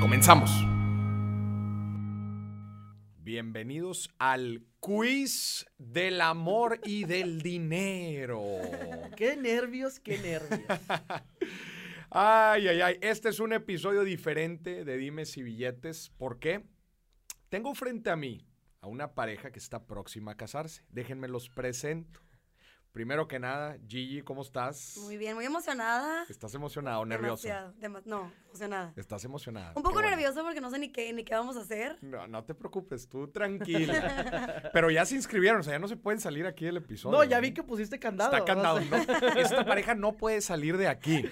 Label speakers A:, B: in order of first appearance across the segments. A: Comenzamos. Bienvenidos al quiz del amor y del dinero.
B: Qué nervios, qué nervios.
A: Ay, ay, ay. Este es un episodio diferente de Dimes y Billetes. ¿Por qué? Tengo frente a mí a una pareja que está próxima a casarse. Déjenme los presento. Primero que nada, Gigi, ¿cómo estás?
C: Muy bien, muy emocionada.
A: ¿Estás emocionada o nerviosa?
C: Demasiado, dema- no, emocionada.
A: ¿Estás emocionada?
C: Un
A: Qué
C: poco
A: bueno.
C: nerviosa porque no sé ni qué, ni qué vamos a hacer.
A: No, no te preocupes, tú tranquila. Pero ya se inscribieron, o sea, ya no se pueden salir aquí del episodio.
B: No, ya vi que pusiste candado.
A: ¿eh? Está candado,
B: o sea,
A: ¿no? Esta pareja no puede salir de aquí.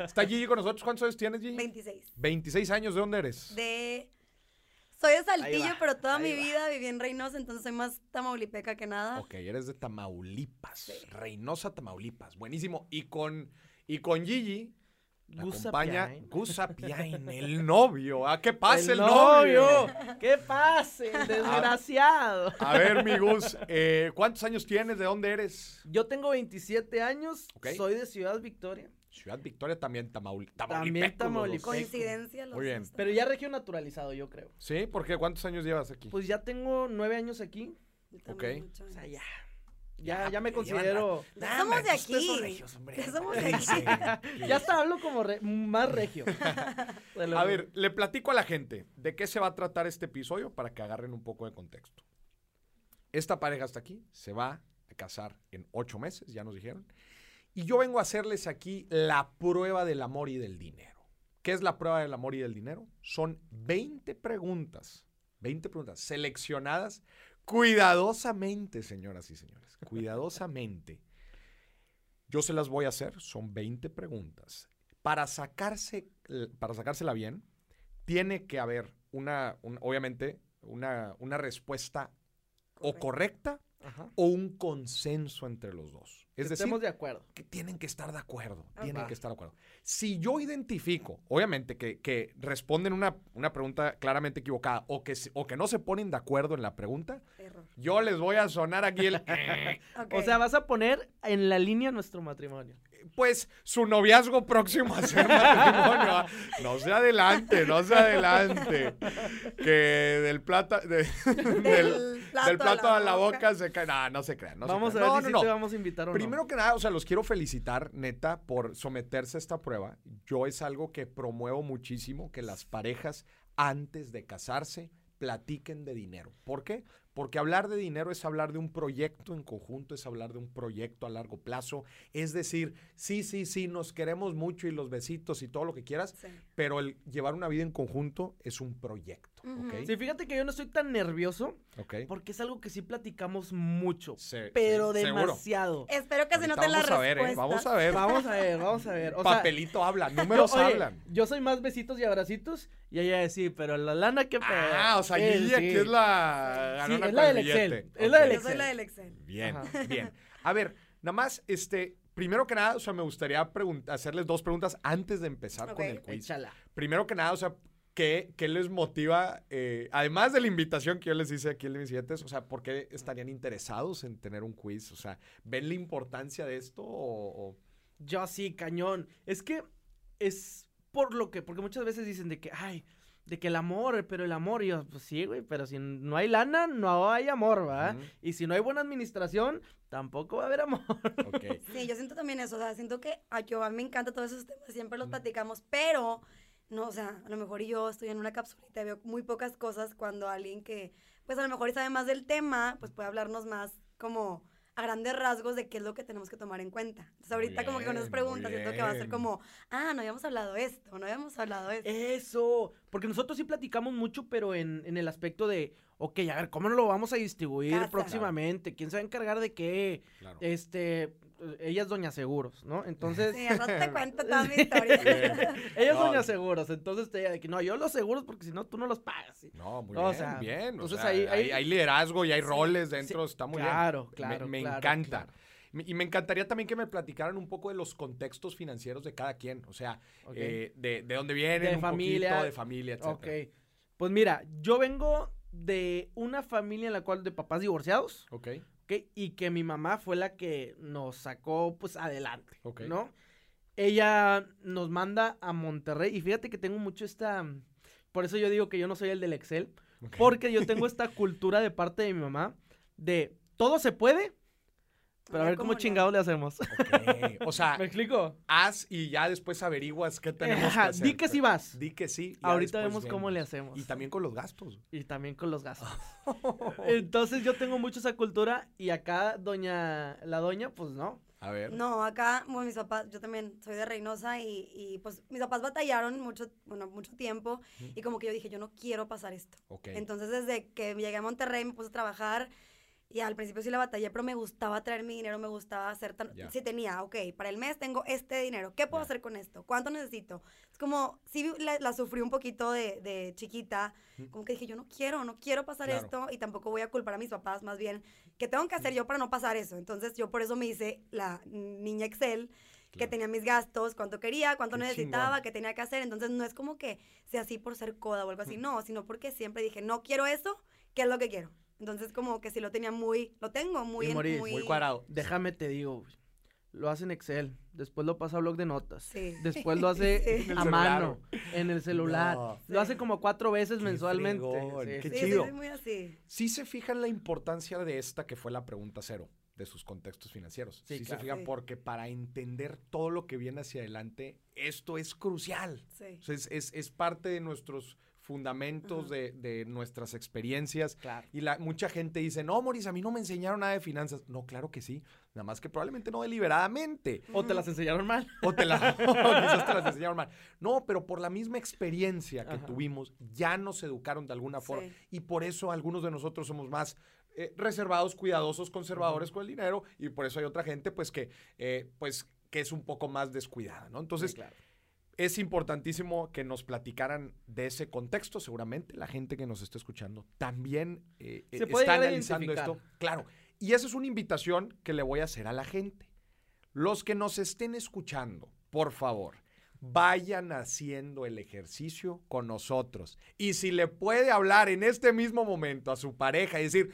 A: Está Gigi con nosotros. ¿Cuántos años tienes, Gigi?
C: 26.
A: 26 años. ¿De dónde eres?
C: De... Soy de Saltillo,
B: va,
C: pero toda
B: ahí
C: mi
B: va.
C: vida viví en Reynosa, entonces soy más tamaulipeca que
B: Ah.
C: nada.
A: Ok, eres de Tamaulipas. Reynosa, Tamaulipas. Buenísimo. Y con, y con Gigi la
B: Gusa
A: acompaña
B: Piain.
A: Gusa Piain, el novio. ¡Ah, qué pase el, Ah.
B: ¡Qué pase, el desgraciado!
A: A ver, mi Gus, eh, ¿cuántos años tienes? ¿De dónde eres?
B: Yo tengo 27 años,
A: Ok.
B: soy de Ciudad Victoria,
A: Ciudad Victoria también, Tamaul
B: También
A: Tamaulipeco, los dos.
B: Tamaulipeco.
C: Coincidencia. los
A: Muy bien.
C: dos.
B: pero ya regio naturalizado, yo creo.
A: Sí, porque ¿cuántos años llevas aquí?
B: Pues ya tengo nueve años aquí,
C: Yo también,
A: ok.
C: mucho.
B: o sea, ya. Ya, ya me
A: porque llevan
B: considero...
C: Ya somos de aquí. Ya somos de aquí.
B: Ya hasta hablo como re- más regio. Te lo
A: A
B: juro.
A: ver, le platico a la gente de qué se va a tratar este episodio para que agarren un poco de contexto. Esta pareja está aquí, se va a casar en ocho meses, ya nos dijeron. Y yo vengo a hacerles aquí la prueba del amor y del dinero. ¿Qué es la prueba del amor y del dinero? Son 20 preguntas, 20 preguntas seleccionadas cuidadosamente, señoras y señores, cuidadosamente. Yo se las voy a hacer, son 20 preguntas. Para, sacarse, l- para sacársela bien, tiene que haber una, un- obviamente, una, una respuesta o correcta
B: Ajá.
A: o un consenso entre los dos. Es
B: Que
A: decir,
B: Estemos de acuerdo.
A: que tienen que estar de acuerdo.
C: Ah,
A: Tienen
B: va.
A: que estar de acuerdo. Si yo identifico, obviamente, que, que responden una, una pregunta claramente equivocada o que, se- o que no se ponen de acuerdo en la pregunta,
C: Error.
A: yo les voy a sonar aquí el...
C: Ok.
B: O sea, vas a poner en la línea nuestro matrimonio.
A: pues su noviazgo próximo a ser matrimonio. ¿ah? No se adelante, no se adelante. Que del plata de- del, del plato, a la boca, se cae. No, no se crean. No se
B: vamos a
A: crean.
B: ver
A: No,
B: si
A: no,
B: sí
A: no.
B: te vamos a invitar o no.
A: Primero que nada, o sea, los quiero felicitar, neta, por someterse a esta prueba. Yo es algo que promuevo muchísimo, que las parejas antes de casarse platiquen de dinero. ¿Por qué? Porque hablar de dinero es hablar de un proyecto en conjunto, es hablar de un proyecto a largo plazo. Es decir, sí, sí, sí, nos queremos mucho y los besitos y todo lo que quieras,
C: Sí.
A: pero el llevar una vida en conjunto es un proyecto.
C: Ujú.
A: ¿Ok?
B: Sí, fíjate que yo no estoy tan nervioso
A: ¿Ok?
B: porque es algo que sí platicamos mucho,
A: Se-
B: pero
A: se- seguro.
B: demasiado.
A: Eh,
C: Espero que se
A: Ahorita
C: noten las
A: vamos a ver, ¿eh?
C: respuestas.
A: Vamos a ver.
B: Vamos a ver, vamos a ver. O sea,
A: Papelito habla,
B: yo-
A: números
B: oye,
A: hablan.
B: Yo soy más besitos y abracitos y ella sí, pero la lana Eh, que
A: Ah, o sea, Gigi aquí es la
B: Sí,
A: ganona
B: es
A: con
B: la
A: el
B: del Excel,
A: billete.
B: es la del
A: Ok.
C: Yo soy la del Excel.
A: Bien,
B: Ajá.
A: bien. A ver, nada más, este, primero que nada, o sea, me gustaría pregun- hacerles dos preguntas antes de empezar con
C: Ok.
A: el quiz.
B: Échala.
A: Primero que nada, o sea, ¿qué, qué les motiva, eh, además de la invitación que yo les hice aquí en mis billetes, o sea, por qué estarían interesados en tener un quiz? O sea, ¿ven la importancia de esto o...? o-
B: Yo sí, cañón. Es que es por lo que, porque muchas veces dicen de que, ay, de que el amor, pero el amor, y yo, pues sí, güey, pero si no hay lana, no hay amor, ¿va?
A: Ujú.
B: Y si no hay buena administración, tampoco va a haber amor.
A: Ok.
C: Sí, yo siento también eso, o sea, siento que a yo a mí me encanta todos esos temas, siempre
A: Mm.
C: los platicamos, pero no, o sea, a lo mejor yo estoy en una capsulita y veo muy pocas cosas cuando alguien que, pues a lo mejor sabe más del tema, pues puede hablarnos más como a grandes rasgos de qué es lo que tenemos que tomar en cuenta. Entonces
A: Muy
C: ahorita como que con
A: bien, muy
C: esas preguntas siento que va a ser
A: bien.
C: como, ah, no habíamos hablado esto, no habíamos hablado esto.
B: Eso, porque nosotros sí platicamos mucho, pero en, en el aspecto de, ok, a ver, ¿cómo lo vamos a distribuir
C: Casa.
B: próximamente? ¿Quién se va a encargar de qué?
A: Claro.
B: Este, ella es doña seguros, ¿no? Entonces,
C: Sí, al rato te cuento toda mi historia.
B: ella es
A: No.
B: doña seguros, entonces te- ella de que no, yo los seguros porque si no tú no los pagas. y-
A: No, muy
B: No,
A: bien,
B: o sea,
A: bien. o
B: entonces
A: sea,
B: ahí-
A: hay,
B: ahí-
A: hay liderazgo y hay roles dentro,
B: sí,
A: está muy
B: claro,
A: bien. Me-
B: claro,
A: Me,
B: claro,
A: encanta.
B: claro.
A: Me- Y me encantaría también que me platicaran un poco de los contextos financieros de cada quien. O sea,
B: Ok.
A: eh, de, de dónde vienen,
B: De
A: un
B: familia.
A: poquito de familia, etc.
B: Ok. Pues mira, yo vengo de una familia en la cual de papás divorciados,
A: Ok.
B: ¿ok? Y que mi mamá fue la que nos sacó, pues, adelante,
A: Ok.
B: ¿no? Ella nos manda a Monterrey y fíjate que tengo mucho esta... Por eso yo digo que yo no soy el del Excel,
A: ok.
B: porque yo tengo esta cultura de parte de mi mamá de todo se puede, pero a ver cómo,
C: no.
B: chingados le hacemos.
A: Ok. O sea,
B: ¿Me explico?
A: haz y ya después averiguas qué tenemos que
B: Ajá,
A: hacer.
B: di que sí vas.
A: Di que sí. y ya
B: Ahorita
A: después
B: vemos cómo le
A: vemos.
B: hacemos.
A: Y también con los gastos.
B: Y también con los gastos. Entonces yo tengo mucho esa cultura y acá doña, la doña, pues no.
A: A ver.
C: No, acá, bueno, mis papás, yo también soy de Reynosa y, y, pues mis papás batallaron mucho, bueno, mucho tiempo
A: Ujú.
C: y como que yo dije, yo no quiero pasar esto.
A: Ok.
C: Entonces, desde que llegué a Monterrey me puse a trabajar y al principio sí la batallé, pero me gustaba traer mi dinero, me gustaba hacer tan...
A: Ya.
C: Sí tenía, ok, para el mes tengo este dinero, ¿qué puedo
A: Ya.
C: hacer con esto? ¿Cuánto necesito? Es como, sí la, la sufrí un poquito de, de chiquita,
A: Ujú.
C: como que dije, yo no quiero, no quiero pasar
A: Claro.
C: esto y tampoco voy a culpar a mis papás, más bien, ¿qué tengo que hacer yo para no pasar eso? Entonces, yo por eso me hice la niña Excel, que
A: Claro.
C: tenía mis gastos, cuánto quería, cuánto
A: Qué
C: necesitaba,
A: chingón.
C: qué tenía que hacer. Entonces, no es como que sea así por ser coda o algo
A: Mm.
C: así, no, sino porque siempre dije, no quiero eso, ¿qué es lo que quiero? Entonces, como que si lo tenía muy, lo tengo muy,
B: Y
C: en-
B: morí,
C: muy,
A: Muy cuadrado.
B: Déjame te digo, güey. lo hace en Excel, después lo pasa a blog de notas,
C: Sí.
B: después lo hace
A: Sí. En el
B: a
A: celular.
B: mano, en el celular,
A: No.
B: lo hace como cuatro veces
A: Qué
B: mensualmente.
A: fregón,
B: Sí,
A: qué
B: sí.
C: Sí,
A: chido.
C: Sí, soy muy así.
A: Sí se fijan la importancia de esta que fue la pregunta cero de sus contextos financieros. Sí,
B: Sí, claro.
A: se fijan
C: Sí.
A: porque para entender todo lo que viene hacia adelante, esto es crucial.
C: Sí.
A: O sea, es, es- es parte de nuestros fundamentos,
C: Ajá.
A: de, de nuestras experiencias.
B: Claro.
A: Y la, mucha gente dice, no, Moris, a mí no me enseñaron nada de finanzas. No, claro que sí. Nada más que probablemente no deliberadamente.
B: O te las enseñaron mal.
A: O te la, o quizás te las enseñaron mal. No, pero por la misma experiencia que
B: Ajá.
A: tuvimos, ya nos educaron de alguna forma.
C: Sí.
A: Y por eso algunos de nosotros somos más eh, reservados, cuidadosos, conservadores con el dinero. Y por eso hay otra gente, pues, que, eh, pues, que es un poco más descuidada, ¿no? Entonces,
B: Sí, claro.
A: es importantísimo que nos platicaran de ese contexto. Seguramente la gente que nos está escuchando también eh,
B: Se
A: eh,
B: puede
A: está
B: llegar a
A: analizando esto.
B: identificar.
A: Claro. Y esa es una invitación que le voy a hacer a la gente. Los que nos estén escuchando, por favor, vayan haciendo el ejercicio con nosotros. Y si le puede hablar en este mismo momento a su pareja y decir,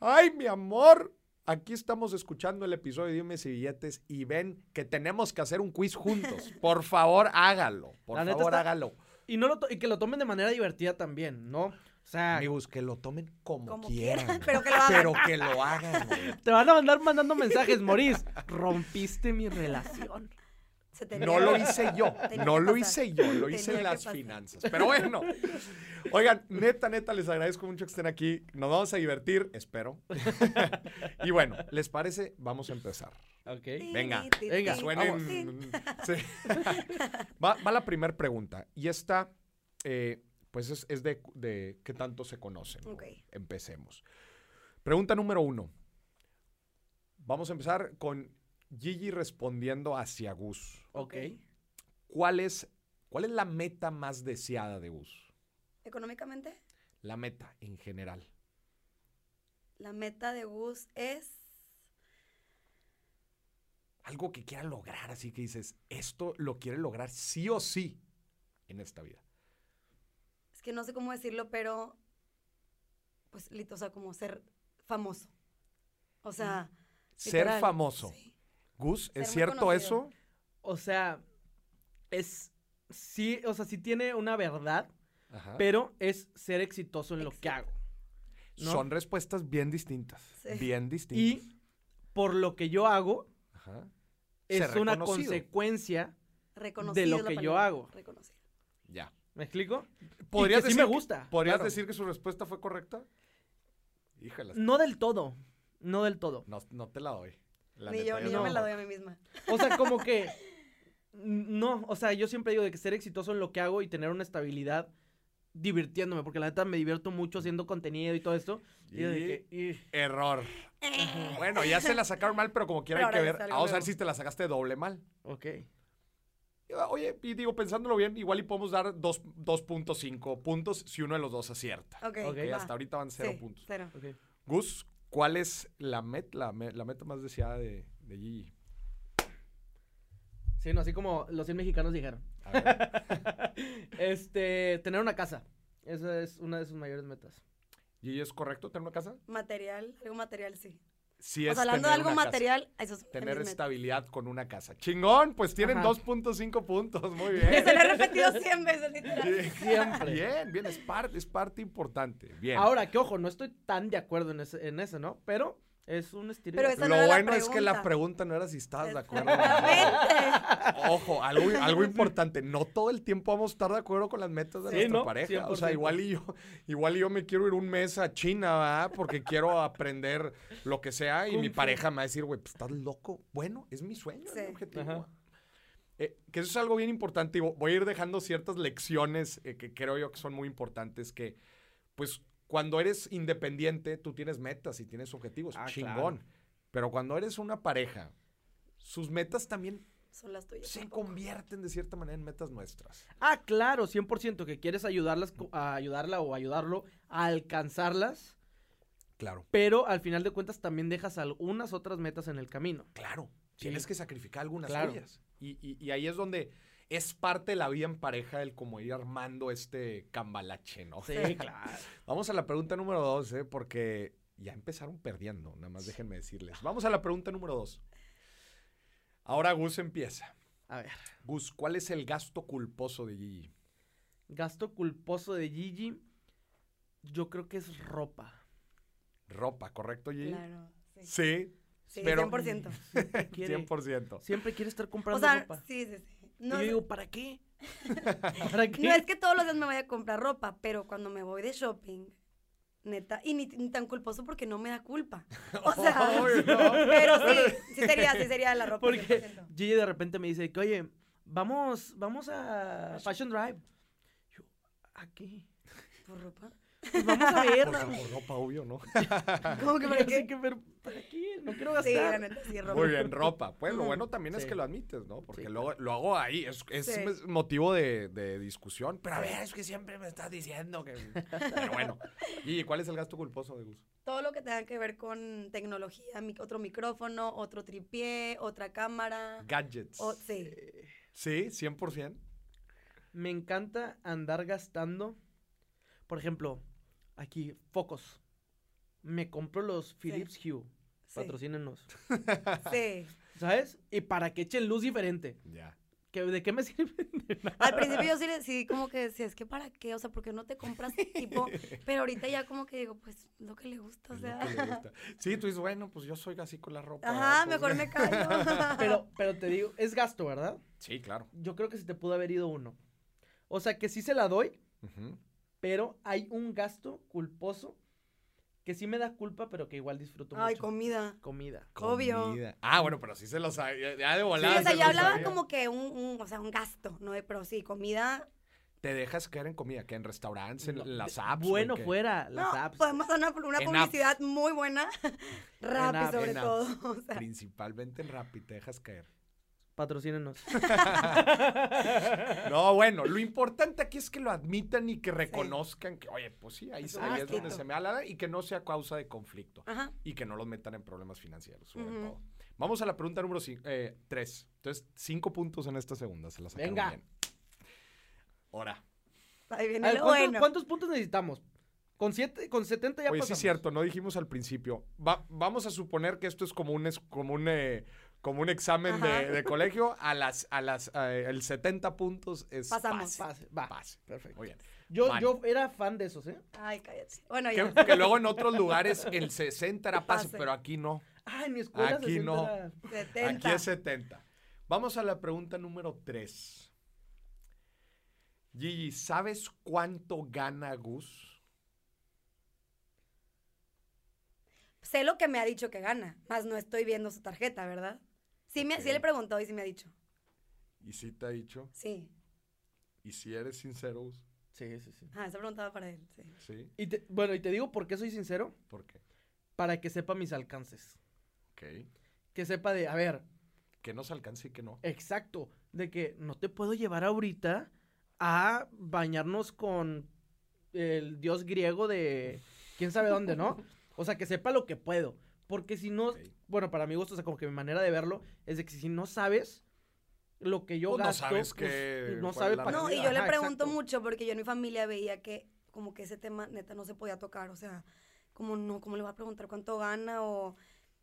A: ay, mi amor, aquí estamos escuchando el episodio de Dime si Billetes y ven que tenemos que hacer un quiz juntos. Por favor, hágalo. Por
B: La neta
A: favor,
B: está-
A: hágalo.
B: Y, no lo to- y que lo tomen de manera divertida también, ¿no? O sea,
A: Amigos, que lo tomen como,
C: Como
A: quieran.
C: quieran,
A: güey.
C: pero que lo hagan.
A: Pero que lo hagan. güey.
B: te van a mandar mandando mensajes, Moris, rompiste mi relación.
C: Se tenía
A: No lo
C: que-
A: hice yo,
C: Tenía
A: no
C: que
A: lo
C: pasar.
A: hice yo, lo
C: Tenía
A: hice
C: que
A: las
C: pasar.
A: finanzas. Pero bueno, oigan, neta, neta, les agradezco mucho que estén aquí. Nos vamos a divertir, espero. y bueno, ¿les parece? Vamos a empezar.
B: Ok.
A: Venga,
C: Ti, ti,
B: venga,
C: ti,
A: Suenen-
C: ti, ti.
A: Sí. va, va la primera pregunta. Y esta, eh, pues es, es de, de qué tanto se conocen. ¿no?
C: Ok.
A: Empecemos. Pregunta número uno. Vamos a empezar con Gigi respondiendo hacia Gus.
B: Ok.
A: ¿Cuál es, cuál es la meta más deseada de Gus?
C: Económicamente,
A: La meta en general.
C: la meta de Gus es
A: Algo que quiera lograr, así que dices, esto lo quiere lograr sí o sí en esta vida.
C: es que no sé cómo decirlo, pero pues lito, o sea, como ser famoso. O sea,
A: Ser
C: Literal,
A: famoso.
C: sí.
A: Gus,
C: Ser muy
A: ¿es cierto
C: conocido.
A: eso?
B: O sea, es. Sí, o sea, sí tiene una verdad,
A: Ajá.
B: pero es ser exitoso en lo que hago. ¿no?
A: Son respuestas bien distintas.
C: Sí.
A: Bien distintas.
B: Y por lo que yo hago,
A: Ajá. Ser
B: es una
A: reconocido.
B: consecuencia.
C: reconocido.
B: de lo
C: es la
B: que yo
C: palabra,
B: hago.
C: Reconocido.
A: Ya.
B: ¿Me explico?
A: ¿Podrías
B: y que sí
A: decir
B: me
A: que-
B: gusta.
A: ¿Podrías
B: claro.
A: decir que su respuesta fue correcta? Híjala.
B: No del todo. No del todo.
A: No, no te la doy. La
C: ni
A: neta,
C: yo, ni yo
B: no.
C: me la doy a mí misma.
B: O sea, como que. No, o sea, yo siempre digo de que ser exitoso en lo que hago y tener una estabilidad divirtiéndome, porque la neta me divierto mucho haciendo contenido y todo esto. Y, yo de que, "Ih".
A: Error. Bueno, ya se la sacaron mal, pero como quiera hay
C: Pero
A: que
C: ahora
A: ver. Ah,
C: les salgo
A: Vamos a ver
C: luego.
A: si te la sacaste doble mal.
B: ok.
A: Y, ah, Oye, y digo, pensándolo bien, igual y podemos dar dos- 2.5 puntos si uno de los dos acierta.
C: Ok,
B: Ok,
A: Que
C: va.
A: hasta ahorita van cero
C: Sí,
A: puntos.
C: cero.
B: ok.
A: Gus, ¿cuál es la, met- la, me- la meta más deseada de, de Gigi?
B: Sí, no, así como los 100 mexicanos dijeron.
A: A ver,
B: este, tener una casa. Esa es una de sus mayores metas.
A: ¿Gigi es correcto tener una casa?
C: Material, algo material, sí.
A: Sí,
C: O
A: es
C: sea, hablando de
A: tener
C: algo
A: una casa.
C: material, eso es
A: Tener
C: mis metas.
A: estabilidad con una casa. ¡Chingón! Pues tienen
B: Ajá.
A: 2.5 puntos. Muy
C: Que
A: bien.
C: se lo he repetido 100 veces, literal.
A: Sí.
B: Siempre.
A: Bien, bien. Es parte, es parte importante. Bien.
B: Ahora, que ojo, no estoy tan de acuerdo en, ese, en eso, ¿no? Pero es un estilo.
C: Pero es- Esa
A: Lo
C: no era la
A: bueno es que la
C: pregunta.
A: pregunta no era si estabas de acuerdo.
C: Exactamente.
A: Ojo, algo, algo importante. No todo el tiempo vamos a estar de acuerdo con las metas de
B: Sí,
A: nuestra
B: ¿no?
A: pareja. O sea,
B: 100%.
A: igual y, yo, igual y yo me quiero ir un mes a China, ¿verdad? Porque quiero aprender lo que sea. Y
B: Kung
A: mi
B: fu.
A: pareja me va a decir, güey, pues estás loco. Bueno, es mi sueño, es mi
C: Sí.
A: objetivo.
B: Ajá.
A: ¿verdad? Eh, que eso es algo bien importante y vo- voy a ir dejando ciertas lecciones eh, que creo yo que son muy importantes que, pues, cuando eres independiente, tú tienes metas y tienes objetivos.
B: Ah,
A: Chingón. Pero cuando eres una pareja, sus metas también
C: Son las tuyas.
A: se
C: tampoco.
A: convierten de cierta manera en metas nuestras.
B: Ah, claro, 100% que quieres ayudarlas, co- a ayudarla o ayudarlo a alcanzarlas.
A: Claro,
B: Pero al final de cuentas también dejas algunas otras metas en el camino.
A: claro.
B: Sí.
A: Tienes que sacrificar algunas
B: Claro.
A: tuyas. Y, y- y ahí es donde es parte de la vida en pareja el como ir armando este cambalache, ¿no?
B: Sí, claro.
A: Vamos a la pregunta número dos, ¿eh? porque ya empezaron perdiendo, nada más déjenme decirles. Vamos a la pregunta número dos. Ahora Gus empieza.
B: A ver,
A: Gus, ¿cuál es el gasto culposo de Gigi?
B: gasto culposo de Gigi, yo creo que es ropa.
A: Ropa, ¿correcto, Gigi?
C: Claro, sí.
A: Sí,
C: Sí,
A: pero-
C: 100%.
B: Siempre quiere,
A: 100%.
B: siempre quiere estar
C: O
B: comprando
C: sea,
B: ropa.
C: sí, sí, sí.
B: Y
C: No,
B: yo
C: es-
B: digo, ¿para qué? ¿Para qué?
C: no es que todos los días me vaya a comprar ropa, pero cuando me voy de shopping, neta, y ni, ni tan culposo porque no me da culpa. O sea,
A: Ay, no.
C: pero sí, sí sería, sí sería la ropa.
B: Porque
C: 100%.
B: Gigi de repente me dice que, oye, vamos, vamos a Fashion Drive. Yo, ¿a qué?
C: ¿Por ropa?
B: Pues vamos a
A: Por
B: verla.
A: favor, ropa, obvio, ¿no?
C: ¿Cómo que para
B: Así
C: qué?
B: que, pero, ¿para qué? No quiero
C: Sí, la
B: gastar.
C: neta, sí, ropa.
A: Muy bien, ropa. Pues lo
C: Ujú.
A: bueno también es
B: Sí.
A: que lo admites, ¿no? Porque
B: Sí,
A: luego lo hago ahí, es, es
C: Sí.
A: mes- motivo de, de discusión. Pero a ver, es que siempre me estás diciendo que... Pero bueno. Gigi, ¿cuál es el gasto culposo de Gus?
C: Todo lo que tenga que ver con tecnología, mic- otro micrófono, otro tripié, otra cámara.
A: Gadgets.
C: Ah, o- sí.
A: Sí, 100%.
B: Eh, Me encanta andar gastando. Por ejemplo, aquí, focos. Me compro los Philips Hue.
C: Sí,
B: Patrocínenos.
C: sí.
B: ¿Sabes? Y para que echen luz diferente.
A: Ya.
B: ¿Que, ¿De qué me sirve?
C: Al principio yo sí, le- sí como que decía, es que para qué, o sea, porque no te compras tipo, pero ahorita ya como que digo, pues lo que le gusta, o
A: es lo que
C: sea.
A: le gusta. Sí, tú dices, bueno, pues yo soy así con la ropa.
C: Ajá,
A: pues,
C: mejor me callo.
B: Pero, pero te digo, es gasto, ¿verdad?
A: Sí, claro.
B: Yo creo que se te pudo haber ido uno. O sea, que sí se la doy,
A: Ujú.
B: pero hay un gasto culposo que sí me da culpa, pero que igual disfruto
C: Ay,
B: mucho.
C: comida.
B: Comida.
C: Obvio.
A: Comida. Ah, bueno, pero sí se lo sabía. Ya de
C: Sí,
A: volada.
C: o sea,
A: se
C: ya
A: lo
C: hablaba
A: Ah, sabía.
C: como que un, un- o sea, un gasto, ¿no? De- Pero sí, comida.
A: Te dejas caer en comida, que en restaurantes, en
B: No,
A: las
B: de-
A: apps. o en
B: Bueno,
A: qué?
B: fuera, las
C: no, pues,
B: apps.
C: podemos hacer una, una
A: En
C: publicidad muy buena.
B: apps.
C: Rappi, sobre
A: En
C: todo.
A: apps.
C: O sea,
A: Principalmente en Rappi, te dejas caer.
B: Patrocínenos.
A: No, bueno, lo importante aquí es que lo admitan y que reconozcan que, oye, pues sí, ahí,
C: Es
A: se-
C: un
A: ahí es donde
C: gastito.
A: se me da la lana y que no sea causa de conflicto
C: ajá.
A: y que no los metan en problemas financieros, sobre
C: Ujú.
A: todo. Vamos a la pregunta número 3. Entonces, cinco puntos en esta segunda, se la sacaron
B: Venga.
A: bien. Ahora.
C: Ahí
B: A
C: viene
B: ver,
C: lo
B: ¿cuántos,
C: bueno.
B: cuántos puntos necesitamos? Con, siete, con 70 ya
A: Oye, sí
B: pasamos.
A: es cierto, no dijimos al principio. Va- vamos a suponer que esto es como un, es- como un, eh, como un examen
C: Ajá.
A: de, de colegio. A las, a las, eh, el 70 puntos es
C: Pasamos.
A: pase.
B: Pase, va.
A: Pase.
B: Perfecto.
A: Muy bien.
B: Yo,
A: Vale.
B: yo era fan de esos, ¿eh?
C: Ay, cállate. Bueno, ya.
A: Que, que luego en otros lugares el 60 era pase,
C: Pase.
A: pero aquí no.
B: Ah, en mi escuela
A: Aquí
B: 60
A: no.
B: era-
C: 70.
A: Aquí es 70. Vamos a la pregunta número 3. Gigi, ¿sabes cuánto gana Gus?
C: Sé lo que me ha dicho que gana, más no estoy viendo su tarjeta, ¿verdad? Sí, me, sí
A: Ok.
C: le preguntó y sí me ha dicho.
A: Y si te ha dicho,
C: Sí.
A: y si eres sincero, Gus.
B: Sí, sí, sí.
C: Ah, esa pregunta va para él, sí.
A: Sí.
B: Y te- bueno, y te digo por qué soy sincero,
A: ¿Por qué?
B: para que sepa mis alcances.
A: Ok.
B: Que sepa de, a ver,
A: Que no se alcance y que no.
B: exacto, de que no te puedo llevar ahorita a bañarnos con el dios griego de quién sabe dónde, ¿no? O sea, que sepa lo que puedo. Porque si no,
A: Ok.
B: bueno, para mi gusto, o sea, como que mi manera de verlo es de que si no sabes lo que yo
A: Pues no
B: gasto,
A: sabes
B: pues,
A: qué
B: no
A: fue
B: sabes
A: la
B: para-
C: No, y
A: realidad.
C: yo le
B: Ajá,
C: pregunto
B: exacto.
C: mucho porque yo en mi familia veía que como que ese tema neta no se podía tocar, o sea, como no, ¿cómo le va a preguntar cuánto gana? O...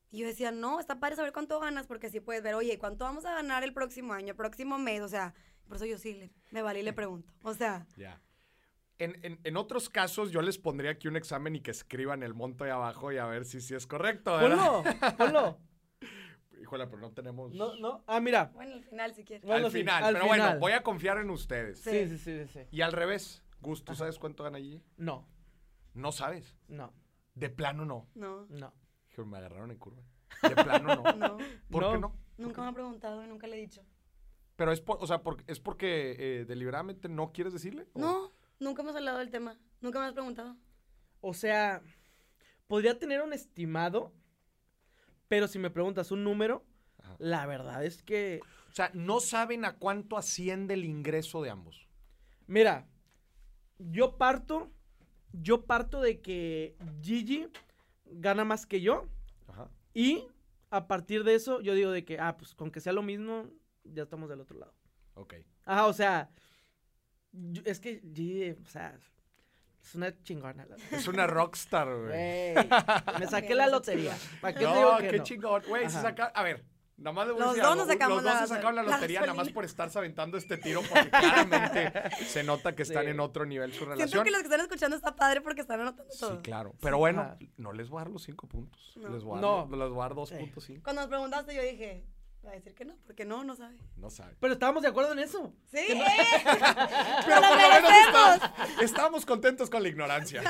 C: Y yo decía, no, está padre saber cuánto ganas porque así puedes ver, oye, ¿cuánto vamos a ganar el próximo año, el próximo mes? O sea, por eso yo sí le, me vale y le pregunto. O sea,
A: Ya. En, en- en otros casos, yo les pondría aquí un examen y que escriban el monto ahí abajo y a ver si, si es correcto, ¿verdad?
B: Ponlo, ponlo.
A: Híjole, pero no tenemos.
B: No, no. Ah, mira.
C: bueno, al final si quieres.
B: Bueno,
A: al
B: sí,
A: final.
B: al
A: pero
B: final.
A: bueno, voy a confiar en ustedes.
B: Sí, sí, sí, sí. sí.
A: Y al revés, Gus, ¿tú sabes cuánto gana allí?
B: No,
A: No sabes.
B: no,
A: De plano no.
C: No,
B: no.
A: Dije, me agarraron en curva. De plano no.
C: no,
A: ¿Por
B: No.
A: qué no?
C: nunca me han preguntado y nunca le he dicho.
A: Pero es por, o sea, por- es porque eh, deliberadamente no quieres decirle. ¿o?
C: No, nunca hemos hablado del tema, nunca me has preguntado.
B: O sea, podría tener un estimado, pero si me preguntas un número,
A: Ajá.
B: la verdad es que,
A: O sea, no saben a cuánto asciende el ingreso de ambos.
B: mira, yo parto, yo parto de que Gigi gana más que yo
A: Ajá.
B: y a partir de eso yo digo de que, ah, pues con que sea lo mismo, ya estamos del otro lado.
A: Ok.
B: Ajá, o sea, yo- es que Gigi, o sea, es una chingona. La...
A: Es una rockstar, güey.
B: Güey, me saqué
C: También
B: la
C: es un
B: lotería. ¿Para qué te digo
A: No,
B: que
A: qué
B: no?
A: chingón. Güey, se
B: Ajá.
A: saca. A ver, nada más de
C: Los dos nos sacamos
A: Los dos
C: la-
A: se sacaron la
C: la
A: lotería nada más
C: gasolina.
A: por estarse aventando este tiro porque claramente se nota que están
B: Sí.
A: en otro nivel su
C: Siento
A: relación.
C: que los que están escuchando está padre porque están anotando todo.
A: Sí, claro. Pero bueno,
B: Ajá.
A: no les voy a dar los cinco puntos.
C: No.
A: Les voy a
B: No.
A: dar, les voy a dar dos
B: Sí.
A: puntos, sí.
C: Cuando nos preguntaste yo dije, va a decir que no, porque no, no sabe.
A: No saben.
B: Pero estábamos de acuerdo en eso.
C: Sí, ¡eh!
A: Pero
C: ¡Lo
A: por lo menos
C: merecemos!
A: está- estábamos contentos con la ignorancia.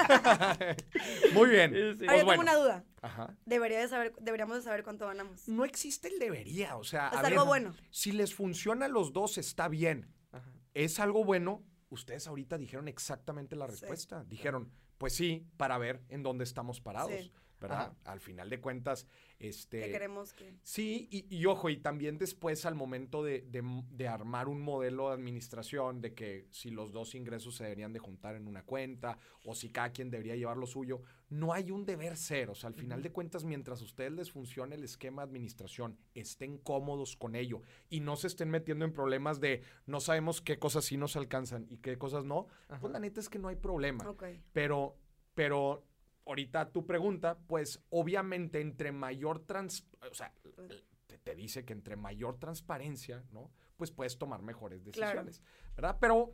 A: Muy bien.
B: Sí, sí.
A: Pues
C: Ahora yo tengo
A: bueno.
C: una duda.
A: Ajá.
C: Debería de saber, deberíamos de saber cuánto ganamos.
A: No existe el debería, o sea,
C: Es
A: a ver,
C: algo bueno.
A: si les funciona a los dos está bien.
B: Ajá.
A: es algo bueno, ustedes ahorita dijeron exactamente la
C: Sí.
A: respuesta. Dijeron, pues sí, para ver en dónde estamos parados,
C: Sí.
A: ¿verdad?
B: Ajá.
A: Al final de cuentas, este...
C: Que queremos que.
A: Sí, y, y ojo, y también después al momento de, de m- de armar un modelo de administración, de que si los dos ingresos se deberían de juntar en una cuenta o si cada quien debería llevar lo suyo, no hay un deber ser. O sea, al final de cuentas, mientras a ustedes les funcione el esquema de administración, estén cómodos con ello y no se estén metiendo en problemas de no sabemos qué cosas sí nos alcanzan y qué cosas no,
B: Ajá.
A: pues la neta es que no hay problema.
C: Ok.
A: Pero, pero ahorita a tu pregunta, pues obviamente entre mayor trans, o sea, l- te, te dice que entre mayor transparencia, ¿no? Pues puedes tomar mejores
C: Claro.
A: decisiones, ¿verdad? Pero,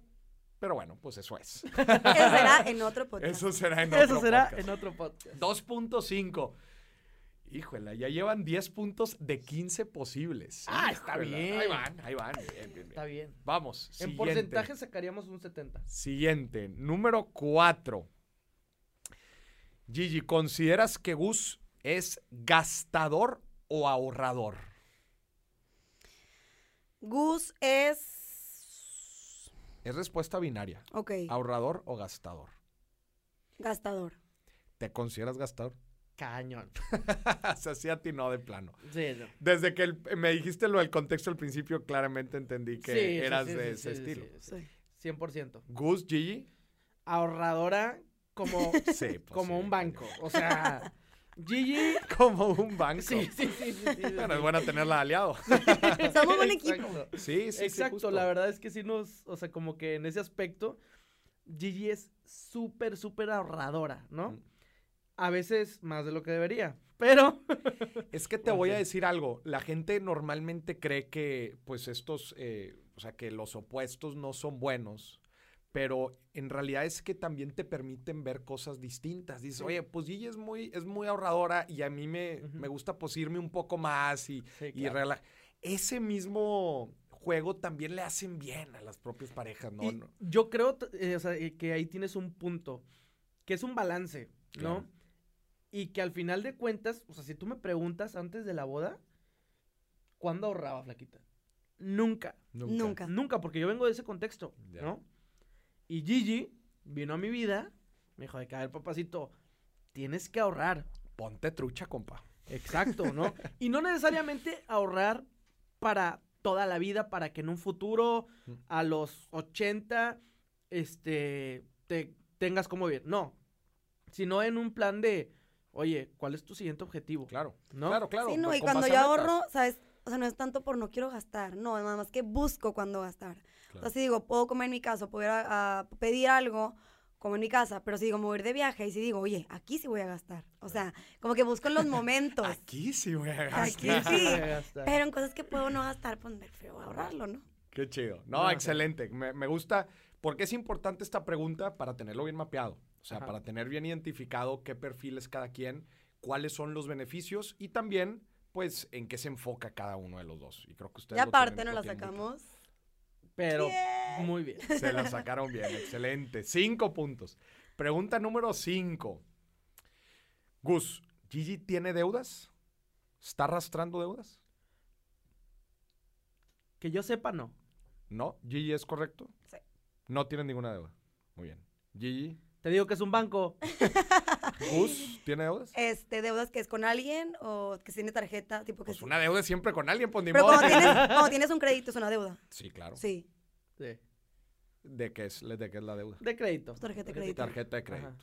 A: pero bueno, pues eso es.
C: Eso será en otro podcast.
A: Eso será en otro
B: Eso será
A: podcast.
B: en otro podcast.
A: 2.5. Híjole, ya llevan 10 puntos de 15 posibles.
B: Ah, está
A: Híjole,
B: bien.
A: Ahí van, ahí van. Bien, bien,
B: Está
A: bien.
B: bien.
A: Vamos.
B: En
A: siguiente.
B: porcentaje sacaríamos un 70.
A: Siguiente, número 4. Gigi, ¿consideras que Gus es gastador o ahorrador?
C: Gus es.
A: Es respuesta binaria.
C: Ok.
A: ¿Ahorrador o gastador?
C: Gastador.
A: ¿Te consideras gastador?
B: Cañón.
A: o sea, sí a ti no de plano.
B: Sí, no.
A: Desde que el- me dijiste lo del contexto al principio, claramente entendí que
B: Sí, sí,
A: eras
B: sí,
A: de
B: sí,
A: ese
B: sí,
A: estilo.
B: sí,
C: Sí.
B: sí. 100%.
A: Gus, Gigi,
B: Ahorradora como,
A: sí, pues
B: como
A: sí,
B: un banco. O sea, Gigi.
A: Como un banco.
B: Sí, sí, sí. sí, sí, sí,
A: Bueno,
B: sí.
A: es bueno tenerla de aliado.
C: Somos un equipo.
B: Exacto.
A: Sí, sí, sí,
B: Exacto,
A: justo.
B: la verdad es que sí nos, o sea, como que en ese aspecto, Gigi es súper, súper ahorradora, ¿no?
A: Mm.
B: A veces más de lo que debería, pero...
A: Es que te voy a
B: Ok.
A: decir algo. La gente normalmente cree que, pues, estos, eh, o sea, que los opuestos no son buenos. Pero en realidad es que también te permiten ver cosas distintas. Dices,
B: Sí.
A: oye, pues Gigi es muy, es muy ahorradora y a mí me,
B: Ujú.
A: me gusta pues irme un poco más y,
B: Sí,
A: y rela- Ese mismo juego también le hacen bien a las propias parejas, ¿no?
B: Y
A: No.
B: Yo creo, t- eh, o sea, eh, que ahí tienes un punto, que es un balance, ¿no?
A: Claro.
B: Y que al final de cuentas, o sea, si tú me preguntas antes de la boda, ¿cuándo ahorraba, flaquita? Nunca,
C: Nunca.
B: nunca, porque yo vengo de ese contexto,
A: Ya.
B: ¿no? Y Gigi vino a mi vida, me dijo, de que, a ver, papacito, tienes que ahorrar.
A: Ponte trucha, compa.
B: Exacto, ¿no? y no necesariamente ahorrar para toda la vida, para que en un futuro,
A: Mm.
B: a los 80, este, te tengas como vivir. No, sino en un plan de, oye, ¿cuál es tu siguiente objetivo?
A: Claro,
B: ¿No?
A: claro, claro.
C: sí, no,
A: pues,
C: y
A: con
C: cuando
A: base
C: yo
A: a metas.
C: ahorro, ¿sabes? O sea, no es tanto por no quiero gastar, no, es nada más que busco cuando gastar. O
A: Claro.
C: sea, si digo, puedo comer en mi casa, puedo ir a, a pedir algo, como en mi casa, pero si digo, mover de viaje, y si digo, oye, aquí sí voy a gastar. O sea, como que busco en los momentos.
A: Aquí sí voy a
C: Aquí
A: gastar.
C: sí.
B: Gastar.
C: Pero en cosas que puedo no gastar, pues prefiero ahorrarlo, ¿no?
A: Qué chido. No,
B: Ajá.
A: excelente. Me, me gusta porque es importante esta pregunta para tenerlo bien mapeado. O sea,
B: Ajá.
A: para tener bien identificado qué perfil es cada quien, cuáles son los beneficios y también, pues, en qué se enfoca cada uno de los dos. Y creo que ustedes.
C: Ya
A: lo
C: aparte
A: tienen-
C: nos
A: lo
C: la
A: tienen muy
C: sacamos.
B: Pero
C: Bien.
B: muy bien.
A: claro. Se la sacaron bien. excelente. Cinco puntos. Pregunta número cinco. Gus, ¿Gigi tiene deudas? ¿Está arrastrando deudas?
B: Que yo sepa, no.
A: No. ¿Gigi es correcto?
C: Sí.
A: No tiene ninguna deuda. Muy bien. Gigi.
B: Te digo que es un banco.
C: Eh,
A: Gus, ¿tiene deudas?
C: Este, deudas que es con alguien o que tiene tarjeta, tipo que
A: Pues
C: sí.
A: una deuda es siempre con alguien, pues ni
C: Pero
A: modo.
C: cuando tienes, cuando tienes un crédito es una deuda.
A: Sí, claro.
C: Sí,
B: Sí.
A: ¿De qué es, de qué es la deuda?
B: De crédito.
C: Tarjeta de crédito.
A: Tarjeta de crédito.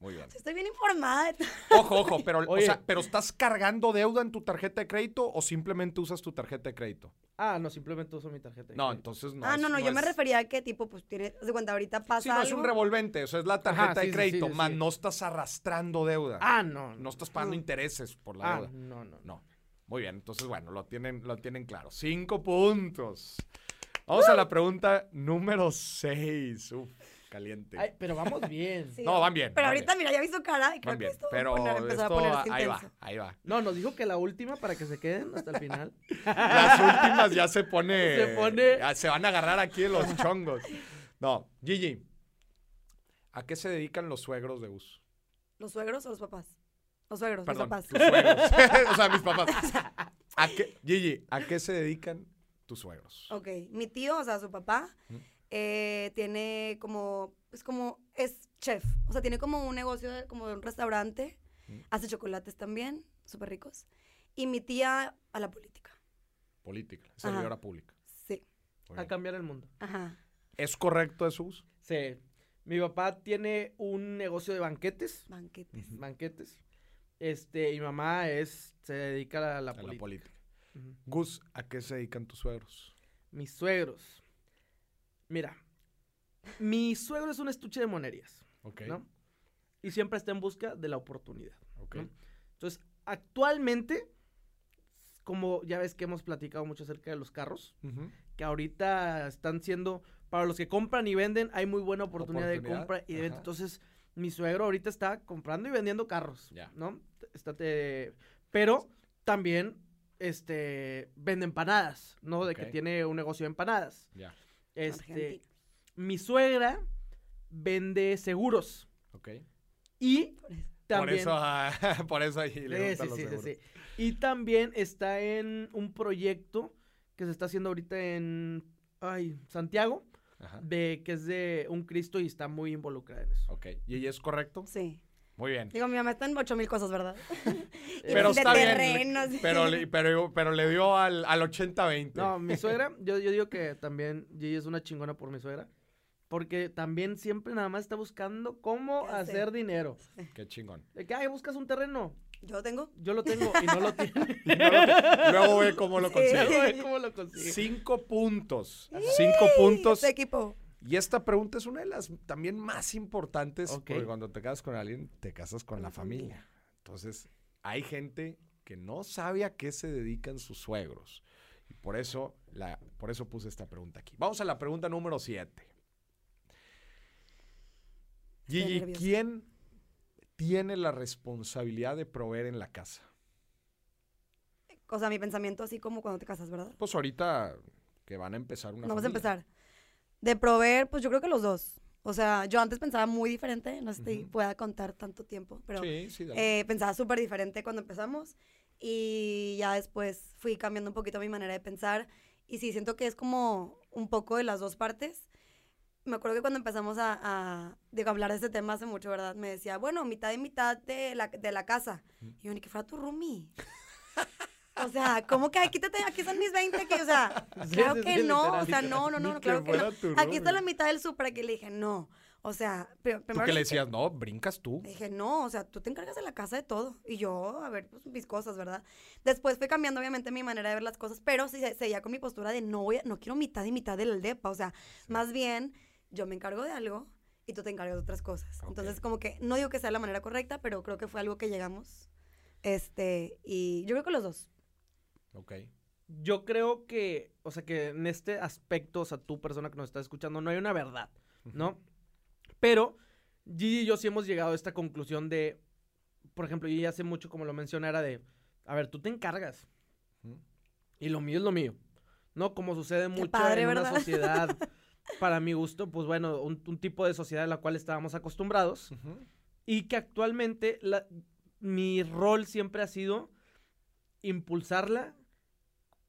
A: Muy bien.
C: Sí, estoy bien informada. de todo.
A: Ojo, ojo, pero, o
B: Oye.
A: sea, pero ¿estás cargando deuda en tu tarjeta de crédito o simplemente usas tu tarjeta de crédito?
B: Ah, no, simplemente uso mi tarjeta. de
A: No,
B: crédito.
A: entonces no.
C: ah,
A: es-
C: no, no, yo me
A: es-
C: refería a que tipo, pues tiene, haz de cuenta, ahorita pasa
A: Sí, no es
C: algo.
A: un revolvente, eso es la tarjeta
B: Ajá,
A: de
B: sí, sí,
A: crédito,
B: sí,
A: más
B: sí.
A: no estás arrastrando deuda.
B: Ah, no.
A: no estás pagando intereses por la
B: Ah,
A: deuda.
B: no, no. no.
A: No. Muy bien, entonces, bueno, lo tienen, lo tienen claro. Cinco puntos. Vamos a la pregunta número seis. Uf, caliente.
B: Ay, pero vamos bien.
C: Sí,
A: No, van bien,
C: Pero
A: van
C: ahorita, mira, ya vi su cara y creo
A: Van bien,
C: que esto va a
A: pero
C: poner- empezar a
A: esto
C: ponerse
A: ahí
C: intenso.
A: va, ahí va.
B: No, nos dijo que la última para que se queden hasta el final.
A: Las últimas ya se pone.
B: Se pone-
A: ya Se van a agarrar aquí de los chongos. No, Gigi. ¿A qué se dedican los suegros de Gus?
C: ¿Los suegros o los papás? Los suegros,
A: Perdón,
C: los
A: tus
C: papás.
A: suegros. o sea, mis papás. ¿A qué, Gigi, ¿a qué se dedican tus suegros?
C: Ok, mi tío, o sea, su papá,
A: Ujú.
C: eh, tiene como, es como, es chef. O sea, tiene como un negocio, de- como de un restaurante.
A: Ujú.
C: Hace chocolates también, súper ricos. Y mi tía a la política.
A: Política, servidora pública.
C: Sí,
A: Muy
B: A
A: bien.
B: cambiar el mundo.
C: ajá.
A: ¿Es correcto eso, Gus?
B: Sí. Mi papá tiene un negocio de banquetes.
C: Banquete.
B: Banquetes. Este, y mamá es, se dedica a la,
A: A la
B: política.
A: política.
B: Ujú.
A: Gus, ¿a qué se dedican tus suegros?
B: Mis suegros. Mira, mi suegro es un estuche de monerías,
A: Ok.
B: ¿no? Y siempre está en busca de la oportunidad.
A: ok.
B: ¿no? Entonces, actualmente, como ya ves que hemos platicado mucho acerca de los carros,
A: Ujú.
B: que ahorita están siendo, para los que compran y venden, hay muy buena oportunidad,
A: Oportunidad,
B: de compra y de venta.
A: ajá.
B: Entonces, mi suegro ahorita está comprando y vendiendo carros,
A: Ya.
B: ¿no? Está te- Pero también, este, vende empanadas, ¿no? De
A: Ok.
B: que tiene un negocio de empanadas.
A: Ya.
B: Este,
C: Argentina.
B: mi suegra vende seguros
A: Ok.
B: y
C: Por eso.
A: Por
B: también
A: eso, ah, por eso ahí
B: Sí,
A: le
B: sí,
A: gustan los
B: sí, sí,
A: seguros.
B: sí. Y también está en un proyecto que se está haciendo ahorita en ay, Santiago,
A: Ajá.
B: de que es de un Cristo y está muy involucrada en eso.
A: Ok, ¿y ella es correcto?
C: Sí.
A: Muy bien.
C: Digo, mi mamá está en ocho mil cosas, ¿verdad? Y
A: Eh, Pero
C: de
A: está bien.
C: terrenos.
A: Pero le, pero, pero le dio al, al 80-20.
B: No, mi suegra, yo, yo digo que también Gigi es una chingona por mi suegra, porque también siempre nada más está buscando cómo
C: Ya sé.
B: hacer dinero.
A: Qué chingón.
B: De que, ay, buscas un terreno,
C: Yo tengo.
B: yo lo tengo y no lo tiene.
A: Luego ve cómo lo
C: Sí.
A: consigue.
B: Luego ve cómo lo consigue.
A: Cinco puntos. Cinco puntos.
C: Este equipo.
A: Y esta pregunta es una de las también más importantes.
B: Ok.
A: Porque cuando te casas con alguien, te casas con la familia. Entonces, hay gente que no sabe a qué se dedican sus suegros. Y por eso, la, por eso puse esta pregunta aquí. Vamos a la pregunta número 7.
C: Estoy
A: Gigi,
C: nerviosa.
A: ¿quién tiene la responsabilidad de proveer en la casa?
C: O sea, mi pensamiento así como cuando te casas, ¿verdad?
A: Pues ahorita que van a empezar una
C: Vamos a
A: familia.
C: empezar. De proveer, pues yo creo que los dos. O sea, yo antes pensaba muy diferente, no sé si
A: Ujú.
C: pueda contar tanto tiempo, pero
A: Sí, sí, dale.
C: eh, pensaba súper diferente cuando empezamos y ya después fui cambiando un poquito mi manera de pensar y sí, siento que es como un poco de las dos partes. me acuerdo que cuando empezamos a, a- digo, hablar de este tema hace mucho, ¿verdad? Me decía, bueno, mitad y mitad de la, de la casa. Y yo, ni que fuera tu roomie. O sea, ¿cómo que aquí, te, te- aquí son mis 20? Que, o sea,
B: Sí,
C: claro
B: sí,
C: que
B: sí,
C: no,
B: literal,
C: o sea,
B: literal.
C: no, no, no,
A: Ni
C: no,
A: que
C: claro que
A: fuera
C: no.
A: tu
C: Aquí está
A: roomie.
C: la mitad del súper que le dije, no. O sea, pri-
A: Tú
C: primero
A: que
C: le
A: le
C: dije-
A: decías, no, brincas tú.
C: le dije, no, o sea, tú te encargas de la casa de todo. Y yo, a ver, pues mis cosas, ¿verdad? Después fui cambiando, obviamente, mi manera de ver las cosas, pero sí se- seguía con mi postura de no voy a- no quiero mitad y mitad del depa. O sea, más bien, yo me encargo de algo y tú te encargas de otras cosas.
A: Ok.
C: Entonces, como que, no digo que sea la manera correcta, pero creo que fue algo que llegamos. Este, y yo creo que los dos.
A: Ok.
B: Yo creo que, o sea, que en este aspecto, o sea, tú, persona que nos está escuchando, no hay una verdad, ¿no? Pero Gigi y yo sí hemos llegado a esta conclusión de, por ejemplo, Gigi hace mucho, como lo menciona, era de, a ver, tú te encargas
A: Ujú.
B: y lo mío es lo mío, ¿no? Como sucede mucho
C: padre,
B: en
C: ¿verdad?
B: una sociedad, para mi gusto, pues bueno, un, un tipo de sociedad a la cual estábamos acostumbrados
A: Ujú.
B: y que actualmente la- mi rol siempre ha sido impulsarla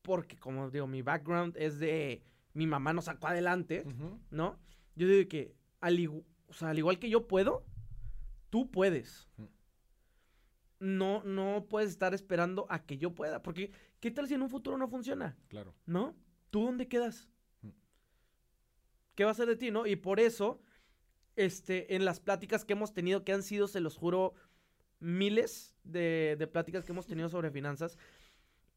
B: porque como digo mi background es de mi mamá nos sacó adelante
A: Ujú.
B: no yo digo que al, igu- o sea, al igual que yo puedo tú puedes
A: Ujú.
B: no no puedes estar esperando a que yo pueda porque qué tal si en un futuro no funciona
A: Claro.
B: ¿No? ¿Tú dónde quedas?
A: Mm.
B: ¿Qué va a ser de ti, no? Y por eso, este, en las pláticas que hemos tenido, que han sido, se los juro, miles de, de pláticas que hemos tenido sobre finanzas,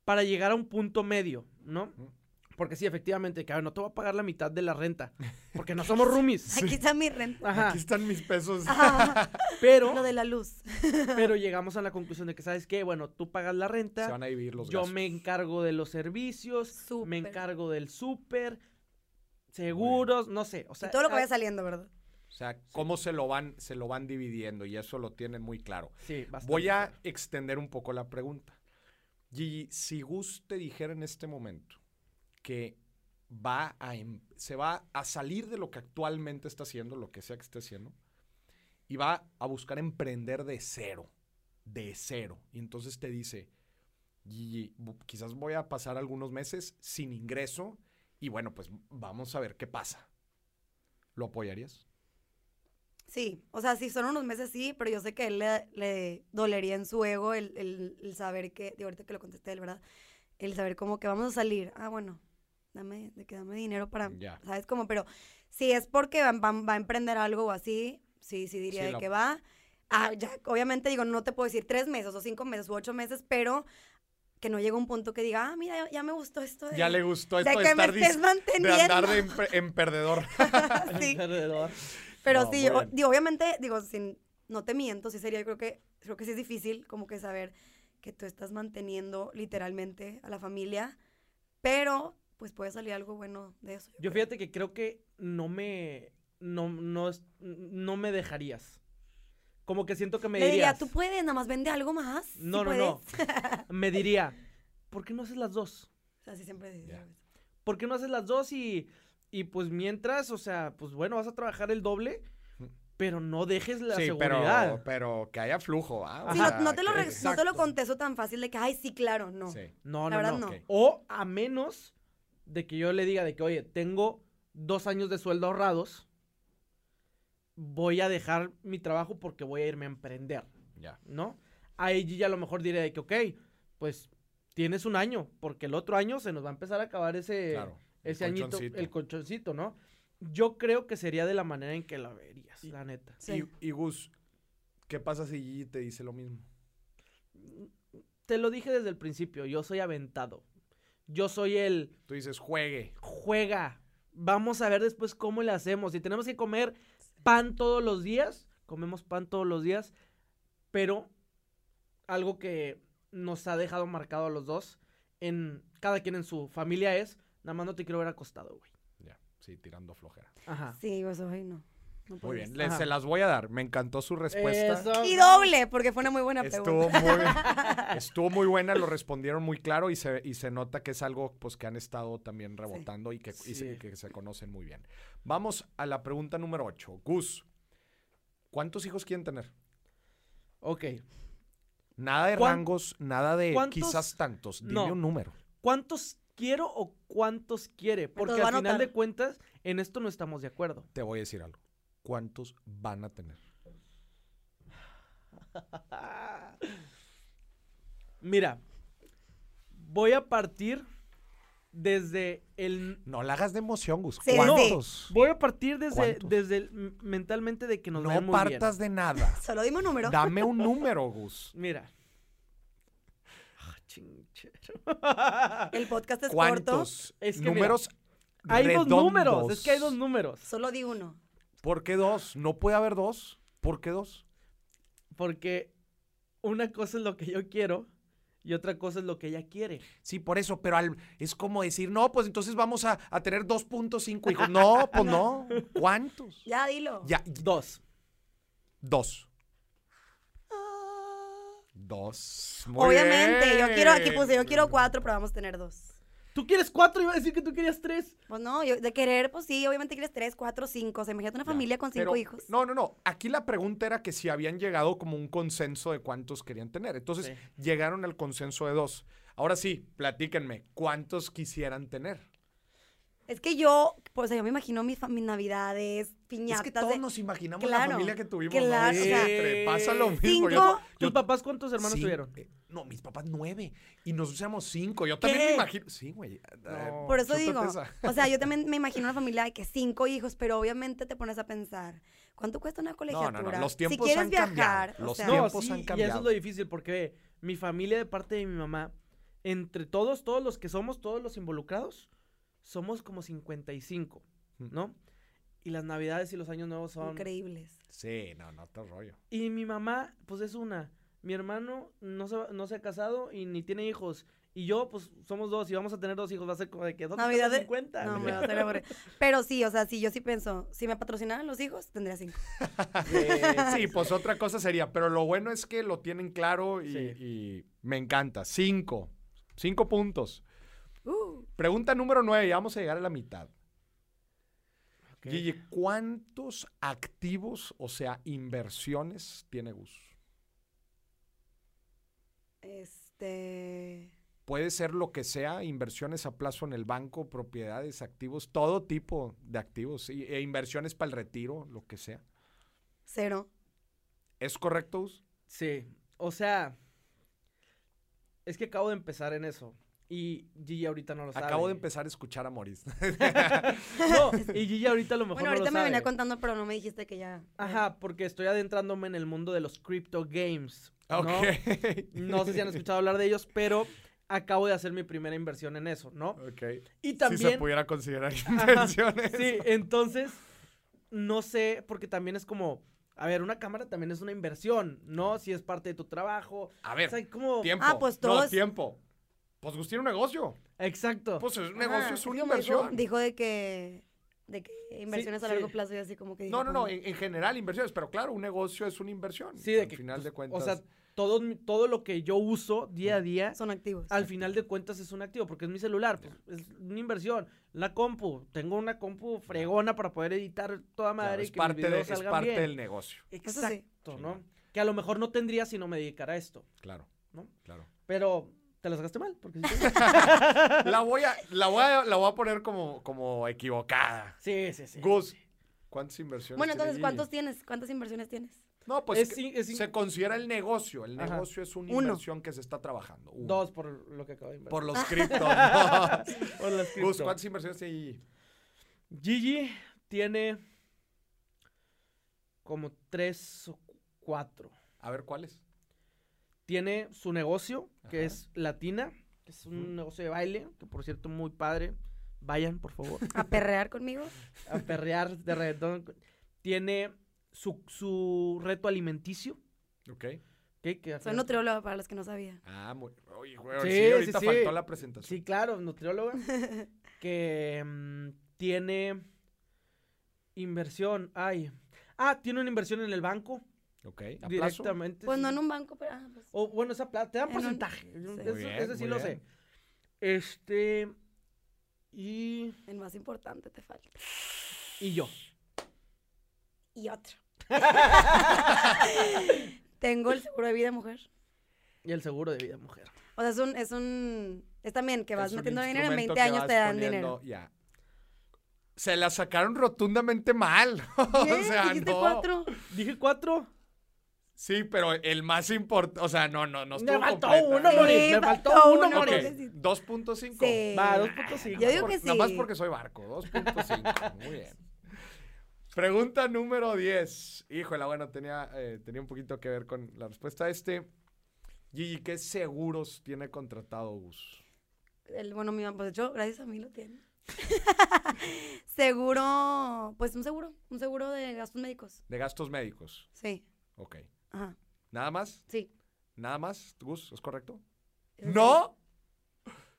B: para llegar a un punto medio, ¿no?
A: Mm.
B: Porque sí, efectivamente, que a ver, no te voy a pagar la mitad de la renta, porque no somos roomies.
C: Aquí está mi renta.
B: Ajá,
A: Aquí están mis pesos.
C: Ah,
B: pero,
C: lo de la luz.
B: pero llegamos a la conclusión de que, ¿sabes qué? Bueno, tú pagas la renta,
A: Se van a dividir los
B: yo
A: gastos.
B: me encargo de los servicios, me
C: Súper.
B: encargo del súper, seguros, no sé, o sea,
C: Y todo lo que
B: ah,
C: vaya saliendo, ¿verdad?
A: O sea, cómo se lo van, se lo van dividiendo y eso lo tienen muy claro.
B: sí, bastante
A: Voy a
B: claro.
A: extender un poco la pregunta. Gigi, si Gus te dijera en este momento que va a, em- se va a salir de lo que actualmente está haciendo, lo que sea que esté haciendo, y va a buscar emprender de cero, de cero. Y entonces te dice, Gigi, bu- quizás voy a pasar algunos meses sin ingreso y bueno, pues vamos a ver qué pasa. ¿Lo apoyarías?
C: Sí, o sea, sí, son unos meses sí, pero yo sé que a él le, le dolería en su ego el, el- el saber que, digo, ahorita que lo contesté él, ¿verdad? El saber como que vamos a salir. Ah, bueno, dame, de que dame dinero para,
A: Ya.
C: ¿sabes cómo? Pero si es porque va, va- va a emprender algo o así, sí, sí diría
A: Sí,
C: de
A: la-
C: que va. Ah, ya, obviamente digo, no te puedo decir tres meses o cinco meses o ocho meses, pero que no llegue un punto que diga, ah, mira, ya, ya me gustó esto de,
A: Ya le gustó
C: de
A: esto de
C: que me
A: estar dis-
C: estés
A: de
C: manteniendo.
A: andar de empre- en perdedor.
C: Sí.
B: Alrededor.
C: Pero
A: No,
C: sí,
A: muy
C: o-
A: bien.
C: digo, obviamente, digo, sin, no te miento, sí sería, yo creo que, creo que sí es difícil como que saber que tú estás manteniendo literalmente a la familia, pero pues puede salir algo bueno de eso.
B: Yo
C: creo.
B: fíjate que creo que no me no no es- no me dejarías. Como que siento que me
C: Le diría,
B: dirías.
C: tú puedes, nada más vende algo más. ¿Sí
B: no, no,
C: puedes?".
B: no. me diría, ¿por qué no haces las dos?
C: Así siempre dice,
A: Ya.
C: ¿sabes?
B: ¿Por qué no haces las dos y y pues mientras, o sea, pues bueno, vas a trabajar el doble,
A: Mm.
B: pero no dejes la
A: sí,
B: seguridad.
A: Pero, pero que haya flujo. ¿ah? O
C: Sí,
A: sea,
C: no, no te lo
A: que-
C: re- no te lo
B: Exacto.
C: contesto tan fácil de que, ay, sí, claro, no.
A: Sí.
B: No,
C: La
B: no,
C: verdad,
B: no.
C: no.
A: Ok.
B: O a menos de que yo le diga de que, oye, tengo dos años de sueldo ahorrados, voy a dejar mi trabajo porque voy a irme a emprender,
A: Ya.
B: ¿no? Ahí yo ya a lo mejor diré de que, ok, pues tienes un año, porque el otro año se nos va a empezar a acabar ese,
A: claro. el
B: Eh, ese añito,
A: colchoncito.
B: el colchoncito, ¿no? Yo creo que sería de la manera en que la verías, la neta.
C: Sí.
A: Y, y Gus, ¿qué pasa si Gigi te dice lo mismo?
B: Te lo dije desde el principio, yo soy aventado. Yo soy el...
A: Tú dices, juegue.
B: juega. Vamos a ver después cómo le hacemos. Si tenemos que comer pan todos los días, comemos pan todos los días. Pero algo que nos ha dejado marcado a los dos, en cada quien en su familia es, nada más no te quiero ver acostado, güey.
A: Ya, sí, tirando flojera.
B: Ajá.
C: Sí, yo soy, no. no
A: Muy
C: puedes.
A: bien, le-
B: Ajá.
A: se las voy a dar. Me encantó su respuesta.
B: Eso.
C: Y doble, porque fue una muy buena
A: Estuvo
C: pregunta.
A: muy, estuvo muy buena, lo respondieron muy claro y se, y se nota que es algo pues, que han estado también rebotando y, que, y se,
B: Sí.
A: que se conocen muy bien. Vamos a la pregunta número 8. Gus, ¿cuántos hijos quieren tener?
B: Ok.
A: Nada de
B: ¿Cuán-
A: rangos, nada de
B: cuántos?
A: quizás tantos. Dime
B: No.
A: un número.
B: ¿Cuántos quiero o cuántos quiere, porque
C: va
B: al
C: a
B: final
C: anotar.
B: de cuentas en esto no estamos de acuerdo.
A: Te voy a decir algo. ¿Cuántos van a tener?
B: Mira, voy a partir desde el
A: No la hagas de emoción, Gus.
C: Sí,
A: ¿Cuántos?
B: Voy a partir desde,
A: ¿Cuántos?
B: desde el- m- mentalmente de que nos vean
A: No
B: muy bien.
A: partas de nada.
C: Solo dime un número.
A: Dame un número, Gus.
B: Mira. Ah, chinchero.
C: El podcast es corto.
A: ¿Cuántos?
B: Es que mira,
A: números
B: hay dos números.
A: redondos.
B: Es que hay dos números.
C: Solo di uno.
A: ¿Por qué dos? No puede haber dos. ¿Por qué dos?
B: Porque una cosa es lo que yo quiero y otra cosa es lo que ella quiere.
A: Sí, por eso, pero al- es como decir, no, pues entonces vamos a, a tener 2.5 hijos. No, pues no. ¿Cuántos?
C: Ya, dilo.
A: Ya,
B: Dos.
A: dos. Ah. Dos. Muy
C: Obviamente, yo
A: bien.
C: quiero, aquí puse, yo quiero cuatro, pero vamos a tener dos.
B: Tú quieres cuatro, iba a decir que tú querías tres.
C: Pues no, yo, de querer, pues sí, obviamente quieres tres, cuatro, cinco. O sea, imagínate una
A: Ya,
C: familia con cinco
A: pero-
C: hijos.
A: No, no, no. Aquí la pregunta era que si habían llegado como un consenso de cuántos querían tener. Entonces,
B: Sí.
A: llegaron al consenso de dos. Ahora sí, platíquenme, ¿cuántos quisieran tener?
C: Es que yo, pues yo me imagino mis, fa- mis navidades, piñatas.
A: es que todos
C: de-
A: nos imaginamos la
C: claro,
A: familia que tuvimos.
C: claro,
A: ¿no?
C: o sea,
A: Siempre pasa lo mismo.
C: cinco-
A: Yo-
B: ¿Tus
A: yo-
B: papás cuántos hermanos
A: Sí,
B: tuvieron?
A: eh, no, mis papás nueve. Y nosotros éramos cinco. Yo también me
C: ¿Qué?
A: imagino. Sí, güey. a- a-
B: No.
C: Por eso
A: chútate
C: digo,
A: esa.
C: o sea, yo también me imagino una familia de que cinco hijos, pero obviamente te pones a pensar, ¿cuánto cuesta una
A: no,
C: colegiatura?
A: los tiempos
C: si quieres
A: han cambiado,
C: viajar, o
A: los
C: sea,
A: tiempos-
B: No, sí,
A: han
B: y eso
A: cambiado.
B: es lo difícil porque ve, mi familia de parte de mi mamá, entre todos, todos los que somos, todos los involucrados, somos como 55,
A: Mm.
B: ¿no? Y las navidades y los años nuevos son...
C: increíbles.
A: Sí, no, no, otro rollo.
B: Y mi mamá, pues es una. Mi hermano no se, va- no se ha casado y ni tiene hijos. Y yo, pues somos dos y vamos a tener dos hijos. Va a ser como de que dos
C: Navidad de-
B: 50.
C: No,
B: güey.
C: me va a hacer aburrir. Pero sí, o sea, si yo sí pienso, si me patrocinaran los hijos, tendría cinco.
B: Eh,
A: Sí, pues otra cosa sería. Pero lo bueno es que lo tienen claro y,
B: Sí.
A: y me encanta. Cinco. Cinco puntos.
C: Uh,
A: Pregunta número nueve. Ya vamos a llegar a la mitad.
B: Ok.
A: Gigi, ¿cuántos activos, o sea, inversiones tiene Gus?
C: este...
A: Puede ser lo que sea, inversiones a plazo en el banco, propiedades, activos, todo tipo de activos y- e inversiones para el retiro, lo que sea.
C: Cero.
A: ¿Es correcto, Gus?
B: Sí, o sea, es que acabo de empezar en eso. Y Gigi ahorita no lo sabe.
A: Acabo de empezar a escuchar a Moris.
B: No, y Gigi ahorita a lo mejor no
C: Bueno, ahorita
B: lo
C: me
B: sabe.
C: venía contando, pero no me dijiste que ya. Ah,
B: Ajá, porque estoy adentrándome en el mundo de los crypto games. ¿no?
A: ok.
B: No sé si han escuchado hablar de ellos, pero acabo de hacer mi primera inversión en eso, ¿no?
A: Ok.
B: Y
A: Si se
B: también,
A: pudiera considerar inversiones.
B: sí, entonces, no sé, porque también es como, a ver, una cámara también es una inversión, ¿no? Si es parte de tu trabajo.
A: A
B: O
A: ver,
B: sea, como...
A: tiempo.
C: Ah, pues
A: No,
C: todos-
A: tiempo. Pues Gus tiene un negocio.
B: Exacto.
A: Pues un
C: Ah,
A: negocio
C: es
A: es una
C: como dijo-
A: inversión.
C: Dijo, de que de que inversiones a
B: sí.
C: largo plazo y así como que
A: No,
C: dije,
A: no, no,
C: pues,
A: en, en general inversiones, pero claro, un negocio es una inversión.
B: Sí, de
A: Al
B: que,
A: final
B: pues,
A: de cuentas.
B: O sea, todo, mi- todo lo que yo uso día a
A: eh,
B: día,
C: son activos.
B: al final de cuentas es un activo, porque es mi celular, pues, es una inversión. La compu, tengo una compu fregona para poder editar toda
A: claro,
B: madre y
A: es
B: que mis
A: parte, de-
B: videos
A: es
B: salgan
A: parte
B: bien.
A: del negocio.
C: Eso sí.
B: Exacto, ¿no?
A: Sí.
B: Que a lo mejor no tendría si no me dedicara a esto,
A: Claro,
B: ¿no?
A: claro.
B: Pero te las gasté mal, porque sí tengo.
A: La voy a, la voy a, la voy a poner como, como equivocada.
B: Sí, sí, sí.
A: Gus, ¿cuántas inversiones?
C: Bueno,
A: tiene
C: entonces,
A: Gigi?
C: ¿cuántos tienes? ¿Cuántas inversiones tienes?
A: No, pues
B: Es
A: que
B: in- es in-
A: se considera el negocio. El
B: Ajá.
A: negocio es una
C: Uno.
A: inversión que se está trabajando. Uno.
B: Dos por lo que acabo de invertir.
A: Por los criptos.
B: Por las
A: Gus,
B: cripto.
A: ¿cuántas inversiones tiene Gigi?
B: Gigi tiene como tres o cu- cuatro.
A: A ver, ¿cuáles?
B: Tiene su negocio, que
A: Ajá.
B: es Latina, que es un
A: Ujú.
B: negocio de baile, que por cierto, muy padre. Vayan, por favor,
C: ¿A perrear conmigo?
B: a perrear de reggaetón. Tiene su, su reto alimenticio.
A: Ok.
B: ¿ok? Que al
C: Soy
B: final-
C: nutrióloga para los que no sabían.
A: Ah, muy. Oye, güey, sí,
B: Sí, sí,
A: ahorita
B: sí.
A: faltó la presentación.
B: Sí, claro, nutrióloga. que mm, tiene inversión. Ay. Ah, tiene una inversión en el banco
A: Ok. ¿A plazo?
B: directamente.
C: Pues
B: sí.
C: no en un banco, pero ah, pues,
B: O bueno, esa plata, te dan
C: En un-
B: porcentaje.
C: Muy
B: Eso,
A: bien,
B: eso sí
A: muy
B: lo
A: bien.
B: sé. Este. Y.
C: el más importante te falta.
B: Y yo.
C: Y otro. Tengo el seguro de vida mujer.
B: Y el seguro de vida, mujer.
C: O sea, es un, es un Es también que vas
A: Es un
C: metiendo dinero, en
A: instrumento
C: 20
A: que
C: años
A: vas
C: te dan
A: poniendo-
C: dinero.
A: Ya. Se la sacaron rotundamente mal. o
C: ¿Qué?
A: sea,
C: ¿Dijiste
A: no.
C: cuatro?
B: Dije cuatro.
A: Sí, pero el más importante. O sea, no, no, no
B: Me
A: estuvo
B: faltó
A: completa.
B: uno,
A: Sí.
B: Moni.
C: Sí,
B: Me faltó uno,
A: Ok,
B: Moni.
C: Sí.
A: 2.5.
B: Va,
C: Yo
B: 2.5.
C: digo que
A: Por- Nada más
C: sí.
A: porque soy barco. 2.5. Muy bien. Pregunta número 10. Híjole, bueno, tenía, eh, tenía un poquito que ver con la respuesta a este. Gigi, ¿qué seguros tiene contratado Gus?
C: El, bueno, mi mamá, pues yo, gracias a mí lo tiene. seguro, pues un seguro, un seguro de gastos médicos.
A: De gastos médicos.
C: Sí,
A: Ok.
C: ajá,
A: ¿Nada más?
C: sí.
A: ¿Nada más, Gus? ¿Es correcto? Eh,
C: ese seguro.
A: ¡No!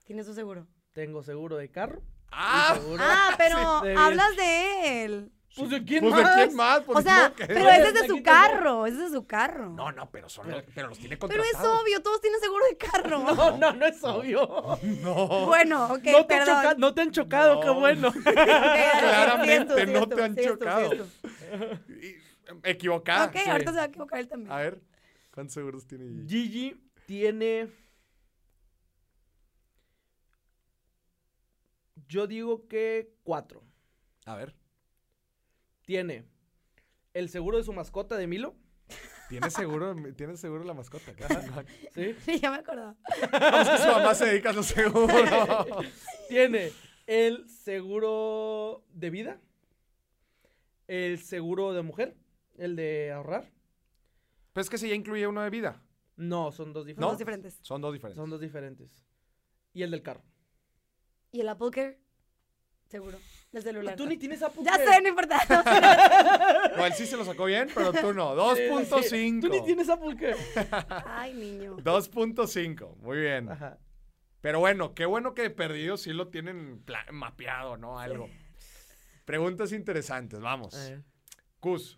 C: Tiene su seguro.
B: Tengo seguro de carro.
A: ¡Ah!
B: y seguro-
C: Ah, pero
B: Sí, de
C: hablas de él.
B: Pues de quién
A: Pues,
B: más.
A: ¿de quién más? Pues,
C: O sea,
A: no, que-
C: pero ese es de
B: Aquí
C: su
B: tengo-
C: carro, ese es de su carro.
A: No, no, pero, son los, pero los tiene
C: pero
A: contratados.
C: es obvio, todos tienen seguro de carro.
B: No, no, no es obvio.
A: No.
C: Bueno, ok,
B: no, te han choca-
C: perdón.
B: no te han chocado, qué
A: No.
B: bueno.
A: Claramente
C: Sigues tú,
A: no
C: sigues
A: te
C: tú,
A: han
C: sigues tú,
A: chocado.
C: sigues tú.
A: Y- em, Equivocada.
C: ok,
A: sí.
C: ahorita se va a equivocar él también.
A: A ver, ¿cuántos seguros tiene Gigi?
B: Gigi tiene. Yo digo que cuatro.
A: A ver,
B: Tiene el seguro de su mascota de Milo.
A: tiene seguro, tiene seguro la mascota. claro.
B: ¿sí?
C: Sí, ya me acordaba.
A: Vamos que su mamá se dedica a los seguros.
B: tiene el seguro de vida. El seguro de mujer. El de ahorrar.
A: Pues es que si ya incluye uno de vida.
B: No, son dos
C: Son dos
B: diferentes.
C: diferentes.
A: Son dos diferentes.
B: Son dos diferentes. Y el del carro.
C: ¿Y el Apple Care? Seguro. Del celular.
B: Tú ni tienes a
C: Ya sé, no importa. No sé.
A: No, él sí se lo sacó bien, pero tú no. 2.5.
B: Tú ni tienes a Care.
C: Ay, niño.
A: 2.5. Muy bien.
B: Ajá.
A: Pero bueno, qué bueno que de perdido sí lo tienen pla- mapeado, ¿no? Algo. Preguntas interesantes, vamos.
B: A ver.
A: Cus,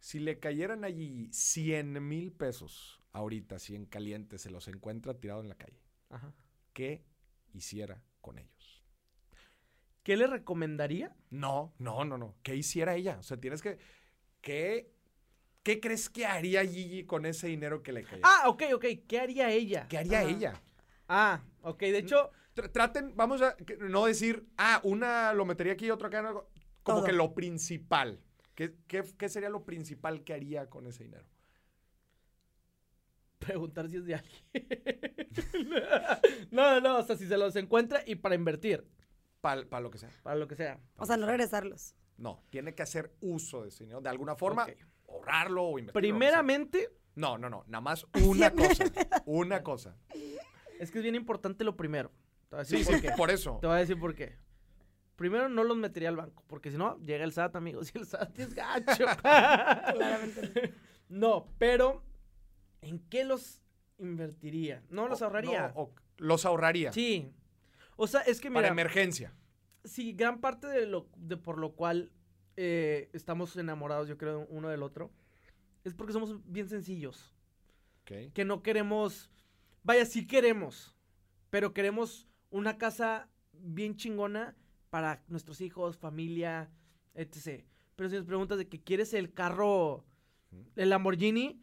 A: si le cayeran allí 100 mil pesos ahorita, si en caliente se los encuentra tirado en la calle,
B: Ajá.
A: ¿qué hiciera con ellos?
B: ¿Qué le recomendaría?
A: No, no, no, no. ¿Qué hiciera ella? O sea, tienes que... ¿Qué, qué crees que haría Gigi con ese dinero que le cayera?
B: Ah, ok, ok. ¿Qué haría ella?
A: ¿Qué Mm. haría
C: ajá.
A: ella?
B: Ah, ok. De hecho,
A: Tr- traten, vamos a que- no decir, ah, una lo metería aquí, otra acá, no, como
C: Todo.
A: que lo principal. ¿Qué, qué, qué sería lo principal que haría con ese dinero?
B: preguntar si es de alguien. no, no. O sea, si se los encuentra y para invertir.
A: Para lo que sea.
B: Para lo que sea.
C: O sea, no regresarlos.
A: No, tiene que hacer uso de ese dinero. De alguna forma,
B: Ok.
A: ahorrarlo o invertirlo. lo que
B: Primeramente,
A: sea. No, no, no. Nada más una cosa. Una cosa.
B: es que es bien importante lo primero. Te voy a decir
A: Sí,
B: por
A: sí,
B: qué.
A: por eso.
B: Te voy a decir por qué. Primero, no los metería al banco. Porque si no, llega el SAT, amigos. Y el SAT es gacho.
C: Claramente. no.
B: No, pero ¿en qué los invertiría? No, los
A: O-
B: ahorraría.
A: no, o- los ahorraría.
B: Sí. O sea, es que
A: para
B: mira,
A: emergencia.
B: sí, gran parte de lo de por lo cual eh, estamos enamorados, yo creo, uno del otro, es porque somos bien sencillos.
A: Ok.
B: Que no queremos, vaya, sí queremos, pero queremos una casa bien chingona para nuestros hijos, familia, etc. Pero si nos preguntas de que quieres el carro, el Lamborghini,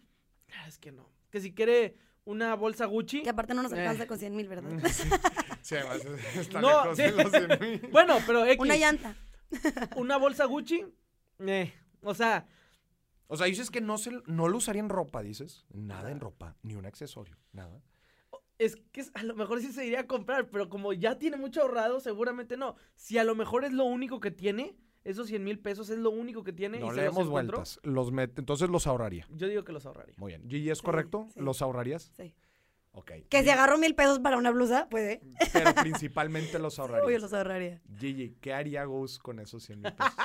B: ah, es que no. Que si quiere una bolsa Gucci,
C: Que aparte no nos
B: Eh.
C: alcanza con 100 mil, ¿verdad?
A: Sí, sí, además está
B: No,
A: lejos de
B: sí.
A: los de mí.
B: bueno, pero X,
C: Una llanta.
B: una bolsa Gucci, eh, o sea,
A: O sea, dices que no, se, no lo usaría en ropa, dices. Nada en ropa, ni un accesorio, nada.
B: Es que es- a lo mejor sí se iría a comprar, pero como ya tiene mucho ahorrado, seguramente no. Si a lo mejor es lo único que tiene, esos 100 mil pesos es lo único que tiene.
A: No
B: y
A: le
B: se los
A: demos
B: encontró,
A: vueltas. Los met- entonces los ahorraría.
B: Yo digo que los ahorraría.
A: Muy bien. Gigi, ¿es
C: Sí,
A: correcto?
C: sí.
A: ¿Los ahorrarías?
C: Sí.
A: Ok.
C: Que si agarro mil pesos para una blusa, puede.
A: Pero principalmente los
C: Uy, yo
A: ahorrarías.
C: los ahorraría.
A: Gigi, ¿qué haría Gus con esos 100 mil pesos?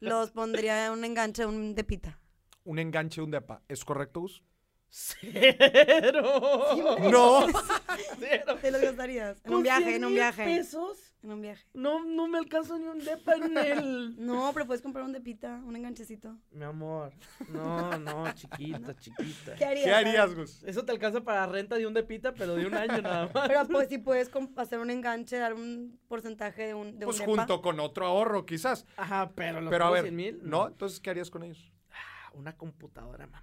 C: Los pondría en un enganche, un de pita.
A: un enganche, un depa. ¿Es correcto, Gus?
B: ¡Cero!
A: No.
B: ¡Cero!
C: Te lo gastarías. En
B: Con
C: un viaje,
B: 100
C: en un
B: mil
C: viaje.
B: pesos?
C: En un viaje.
B: No, no me alcanzo ni un depa en el...
C: No, pero puedes comprar un de pita, un enganchecito.
B: Mi amor, no, no, chiquita, chiquita.
C: harías?
A: ¿Qué harías, Gus?
B: Eso te alcanza para renta de un depita, pero de un año nada más.
C: Pero pues si puedes com- hacer un enganche, dar un porcentaje de un de
A: Pues
C: un depa.
A: junto con otro ahorro, quizás.
B: Ajá, pero los
A: Pero a
B: puros
A: ver,
B: 100 mil,
A: ¿no? Entonces, ¿qué harías con ellos?
B: Ah, una computadora, mamá.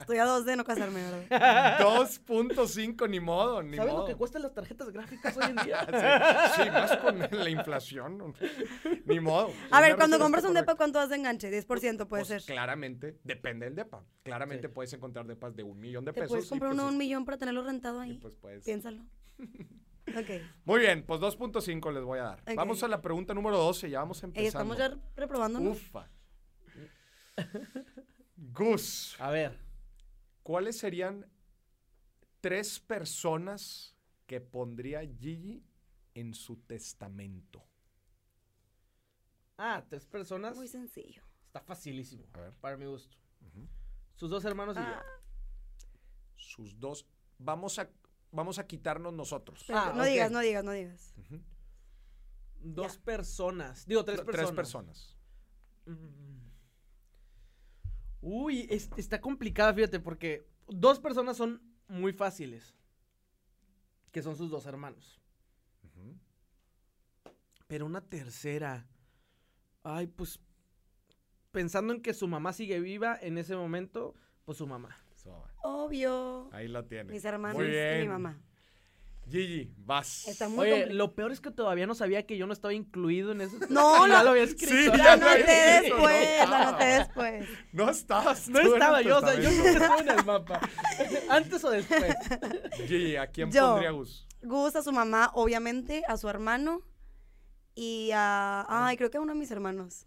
C: Estoy a dos de no casarme, ¿verdad?
A: 2.5, ni modo, ni
B: ¿Sabes
A: modo.
B: lo que cuestan las tarjetas gráficas hoy en día?
A: Sí, sí, más con la inflación. Ni modo.
C: A ver,
A: Una
C: cuando
A: respuesta
C: compras un
A: correcta.
C: depa, ¿cuánto vas de enganche? 10% puede
A: Pues,
C: ser.
A: Claramente, depende del depa. Claramente
B: Sí.
A: puedes encontrar depas de un millón de
C: Te
A: pesos.
C: puedes
A: y
C: comprar
A: pues
C: uno de un
A: es-
C: millón para tenerlo rentado
A: y
C: ahí.
A: pues puedes-
C: Piénsalo. Ok.
A: Muy bien, pues 2.5 les voy a dar.
C: Ok.
A: Vamos a la pregunta número 12, ya vamos empezando.
C: Ey, estamos ya reprobando. ¿no?
A: Ufa. Gus,
B: A ver,
A: ¿cuáles serían tres personas que pondría Gigi en su testamento?
B: ah, tres personas.
C: Muy sencillo.
B: Está facilísimo.
A: A ver.
B: Para mi gusto.
A: Ujú.
B: Sus dos hermanos y
C: Ah,
B: yo.
A: Sus dos. Vamos a, vamos a quitarnos nosotros.
C: pero
B: Ah,
C: no
B: ok.
C: digas, no digas, no digas.
A: Ujú.
B: Dos personas. Digo, tres personas.
A: Tres personas.
B: Mm. Uy, es- está complicada, fíjate, porque dos personas son muy fáciles. Que son sus dos hermanos.
A: Ujú.
B: Pero una tercera. Ay, pues. Pensando en que su mamá sigue viva en ese momento, pues su mamá.
A: Su mamá.
C: Obvio.
A: Ahí la tiene.
C: Mis hermanos
A: Muy
C: y mi
A: bien.
C: mamá.
A: Gigi, vas.
C: Está muy
B: Oye,
C: complicado.
B: lo peor es que todavía no sabía que yo no estaba incluido en eso.
C: No,
B: ya
C: no.
B: lo había escrito.
A: Sí,
C: La
A: ya lo
C: anoté
A: había escrito,
C: después,
A: no Ah.
C: la anoté
A: estaba.
C: después.
A: No estabas.
B: No
A: tú en el
B: estaba yo, o sea, yo nunca
A: testamento.
B: estuve en el mapa. Antes o después.
A: Gigi, ¿a quién
C: Yo.
A: pondría Gus?
C: Gus a su mamá, obviamente, a su hermano y a... Ay, creo que a uno de mis hermanos.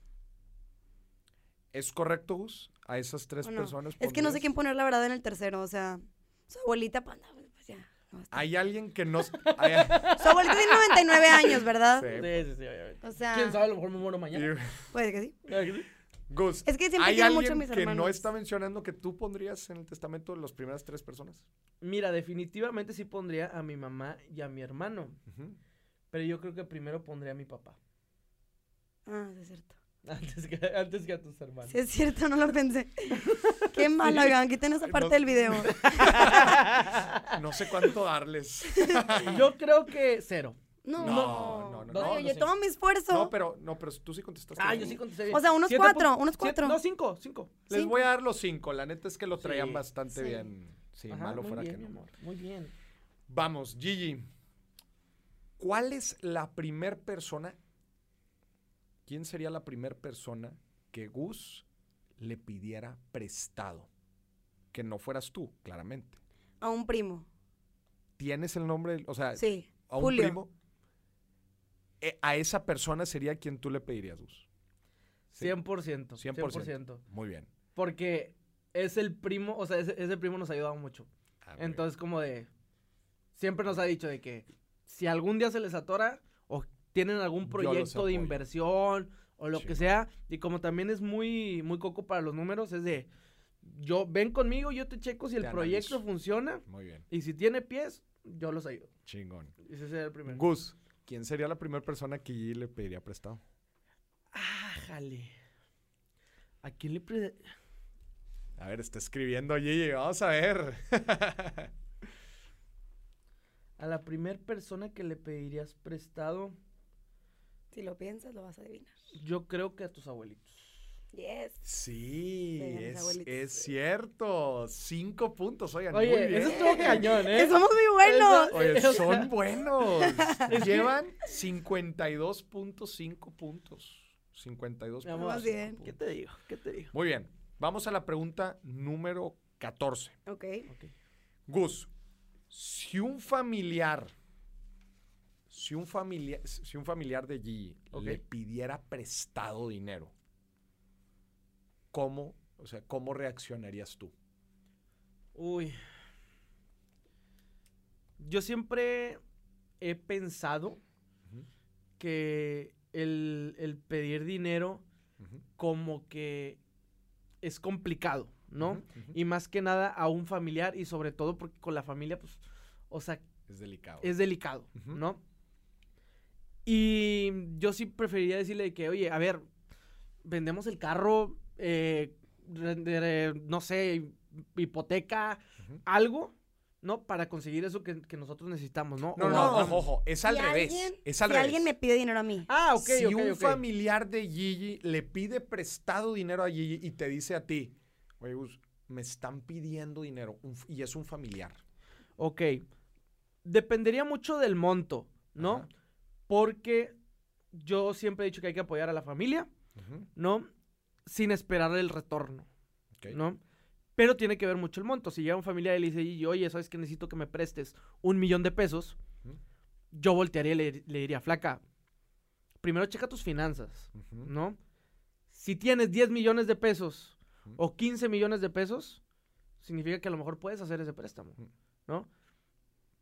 A: ¿Es correcto, Gus? A esas tres
C: ¿o Oh, no?
A: personas.
C: Es que no sé
A: pondrías?
C: quién poner la verdad en el tercero, o sea, su abuelita, pues, no, pues ya. no, está-
A: Hay alguien que no. hay-
C: Su abuelita tiene 99 años, ¿verdad?
A: Sí.
B: Sí, sí, sí, obviamente.
C: O sea,
B: ¿Quién sabe? A lo mejor me muero mañana.
C: puede que sí.
A: Gus.
C: Es que siempre
A: ¿Hay
C: quiero
A: alguien
C: mucho a mis
A: que
C: hermanos.
A: no está mencionando que tú pondrías en el testamento las primeras tres personas?
B: Mira, definitivamente sí pondría a mi mamá y a mi hermano.
A: Ujú.
B: Pero yo creo que primero pondría a mi papá.
C: Ah, sí es cierto.
B: Antes que, antes que a tus hermanos.
C: Sí es cierto, no lo pensé. Qué mala, oigan, quiten esa
A: No-
C: parte del video.
A: No sé cuánto darles.
B: Yo creo que cero.
C: No,
A: No, no, no,
C: Oye,
B: no,
C: yo
B: no sé.
C: tomo mi esfuerzo.
A: No, pero, no, pero tú sí contestaste.
B: Ah,
A: bien.
B: yo sí contesté bien.
C: O sea, unos
B: Siete
C: cuatro,
B: pun-
C: unos
B: siete-
C: cuatro.
B: No, cinco, cinco.
A: Les
C: Sí.
A: voy a dar los cinco. La neta es que lo traían
B: Sí,
A: bastante
C: sí.
A: bien. Sí,
B: Ajá,
A: malo
B: muy
A: fuera
B: bien,
A: que no.
B: mi amor, Muy bien.
A: Vamos, Gigi. ¿Cuál es la primer persona? ¿Quién sería la primer persona que Gus le pidiera prestado? Que no fueras tú, claramente.
C: A un primo.
A: ¿Tienes el nombre? del- O sea,
C: Sí.
A: a un
C: Julio.
A: primo. Eh, a esa persona sería quien tú le pedirías, Gus. Sí.
B: 100%.
A: 100%. Muy bien.
B: Porque es el primo, o sea, ese, ese primo nos ha ayudado mucho.
A: Ah, muy bien.
B: Entonces, como de. Siempre nos ha dicho de que si algún día se les atora o tienen algún
A: Yo los
B: proyecto de
A: apoyo.
B: inversión o lo que
A: Chingón.
B: sea, y como también es muy, muy coco para los números, es de. Yo, ven conmigo, yo te checo si el
A: Te
B: proyecto
A: analizo.
B: funciona
A: Muy bien.
B: y si tiene pies, yo los ayudo.
A: Chingón.
B: Ese sería el primero.
A: Gus, ¿quién sería la primera persona que Gigi le pediría prestado?
B: Ah, jale. ¿A quién le pre-
A: A ver, está escribiendo Gigi. Vamos a ver.
B: A la primer persona que le pedirías prestado,
C: Si lo piensas, lo vas a adivinar.
B: yo creo que a tus abuelitos.
C: Yes.
A: Sí,
C: Sí, a mis
A: es,
C: abuelitos.
A: es cierto. Cinco puntos, oigan. muy
B: Oye,
A: bien.
B: eso estuvo cañón, ¿eh?
C: Que somos muy buenos.
B: Eso-
A: Oye,
B: o sea,
A: son buenos.
B: Es que-
A: Llevan 52.5 puntos. 52
B: Mi amor,
A: puntos.
C: bien.
B: ¿Qué te digo? ¿Qué te digo?
A: Muy bien. Vamos a la pregunta número 14.
C: Ok.
A: Gus, si un familiar, si un familiar, si un familiar de Gigi
B: Ok.
A: le pidiera prestado dinero, ¿cómo, o sea, cómo reaccionarías tú?
B: Uy. Yo siempre he pensado
A: Ujú.
B: que el, el pedir dinero
A: Ujú,
B: como que es complicado, ¿no?
A: ujú, ujú.
B: Y más que nada a un familiar y sobre todo porque con la familia, pues, o sea,
A: Es delicado.
B: es delicado,
A: Ujú.
B: ¿no? Y yo sí preferiría decirle de que, oye, a ver, vendemos el carro, eh, re- de- de- no sé, hipoteca,
A: Ujú.
B: algo, ¿no? Para conseguir eso que, que nosotros necesitamos, ¿no?
A: No,
B: O-
A: no,
C: No.
A: ojo, ojo, es al
C: Si
A: revés.
C: alguien-
A: es al
C: si
A: revés.
C: alguien me pide dinero a mí.
B: Ah, ok,
A: si
B: ok,
A: un
B: ok.
A: familiar de Gigi le pide prestado dinero a Gigi y te dice a ti, oye, Gus, me están pidiendo dinero un f- y es un familiar.
B: Ok. Dependería mucho del monto, ¿no?
A: Ajá.
B: Porque yo siempre he dicho que hay que apoyar a la familia,
A: Ujú,
B: ¿no? Sin esperar el retorno,
A: ok.
B: ¿no? Pero tiene que ver mucho el monto. Si llega un familiar y le dice, "Gigi, oye, ¿sabes que necesito que me prestes un millón de pesos?
A: Ujú.
B: Yo voltearía y le, le diría, flaca, primero checa tus finanzas,
A: Ujú.
B: ¿no? Si tienes 10 millones de pesos
A: Ujú.
B: o 15 millones de pesos, significa que a lo mejor puedes hacer ese préstamo,
A: Ujú.
B: ¿no?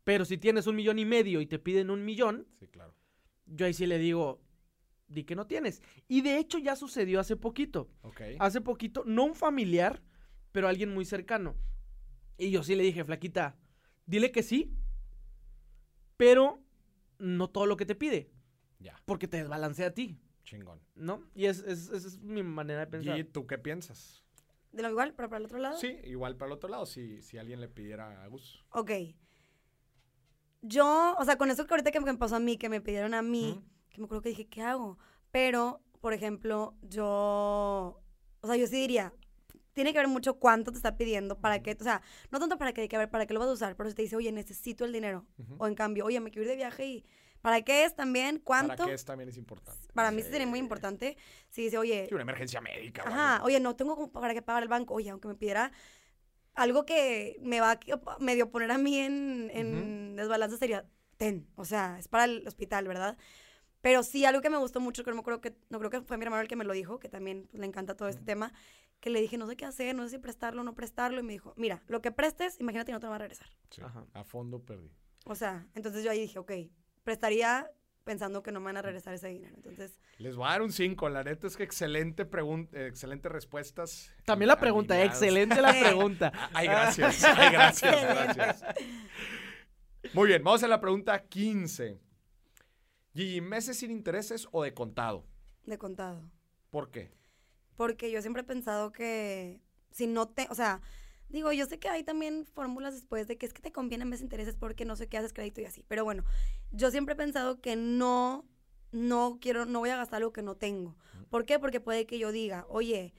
B: Pero si tienes un millón y medio y te piden un millón,
A: Sí, claro.
B: yo ahí sí le digo, di que no tienes. Y de hecho ya sucedió hace poquito.
A: Ok.
C: Ah,
B: Hace poquito, no un familiar, pero alguien muy cercano. Y yo sí le dije, flaquita, dile que sí, pero no todo lo que te pide,
A: Ya,
B: porque te desbalancea a ti,
A: chingón.
B: ¿no? Y es, es- esa es mi manera de pensar.
A: Gigi, ¿tú qué piensas?
C: De lo igual, pero para el otro lado.
A: Sí, igual para el otro lado, si, si alguien le pidiera a Gus.
C: Ok. Yo, o sea, con eso que ahorita que me pasó a mí, que me pidieron a mí,
A: Ujú.
C: que me acuerdo que dije, ¿qué hago? Pero, por ejemplo, yo, o sea, yo sí diría, tiene que ver mucho cuánto te está pidiendo, para qué, o sea, no tanto para qué, que a ver, para qué lo vas a usar, pero si te dice, oye, necesito el dinero,
A: Ujú.
C: o en cambio, oye, me quiero ir de viaje y, ¿para qué es también? ¿Cuánto?
A: Para que es también es importante.
C: Para mí sí sería muy
A: Sí.
C: importante si dice, oye,
A: Sí, una emergencia médica. o
C: Ajá,
A: algo.
C: oye, no tengo como para que pagar el banco. Oye, aunque me pidiera algo que me va a que- medio poner a mí en, en desbalance sería, ten, o sea, es para el hospital, ¿verdad? Pero sí, algo que me gustó mucho, que no, me acuerdo que, no creo que fue mi hermano el que me lo dijo, que también pues, le encanta todo este tema, que le dije, no sé qué hacer, no sé si prestarlo o no prestarlo, y me dijo, mira, lo que prestes, imagínate que no te lo va a regresar.
A: Sí,
B: Ajá.
A: A fondo perdí.
C: O sea, entonces yo ahí dije, ok, prestaría pensando que no me van a regresar ese dinero. Entonces,
A: Les voy a dar un 5. La neta es que excelente pregunta, excelentes respuestas.
B: También la pregunta,
A: Alineadas.
B: excelente la
C: Sí.
B: pregunta.
A: Ah, Ay, gracias. Ay, gracias. gracias. Muy bien, vamos a la pregunta 15. Gigi, ¿meses sin intereses o de contado?
C: de contado.
A: ¿Por qué?
C: Porque yo siempre he pensado que si no te, o sea, digo, yo sé que hay también fórmulas después de que es que te conviene en vez de intereses porque no sé qué haces crédito y así. Pero bueno, yo siempre he pensado que no, no quiero, no voy a gastar lo que no tengo. ¿Por qué? Porque puede que yo diga, oye,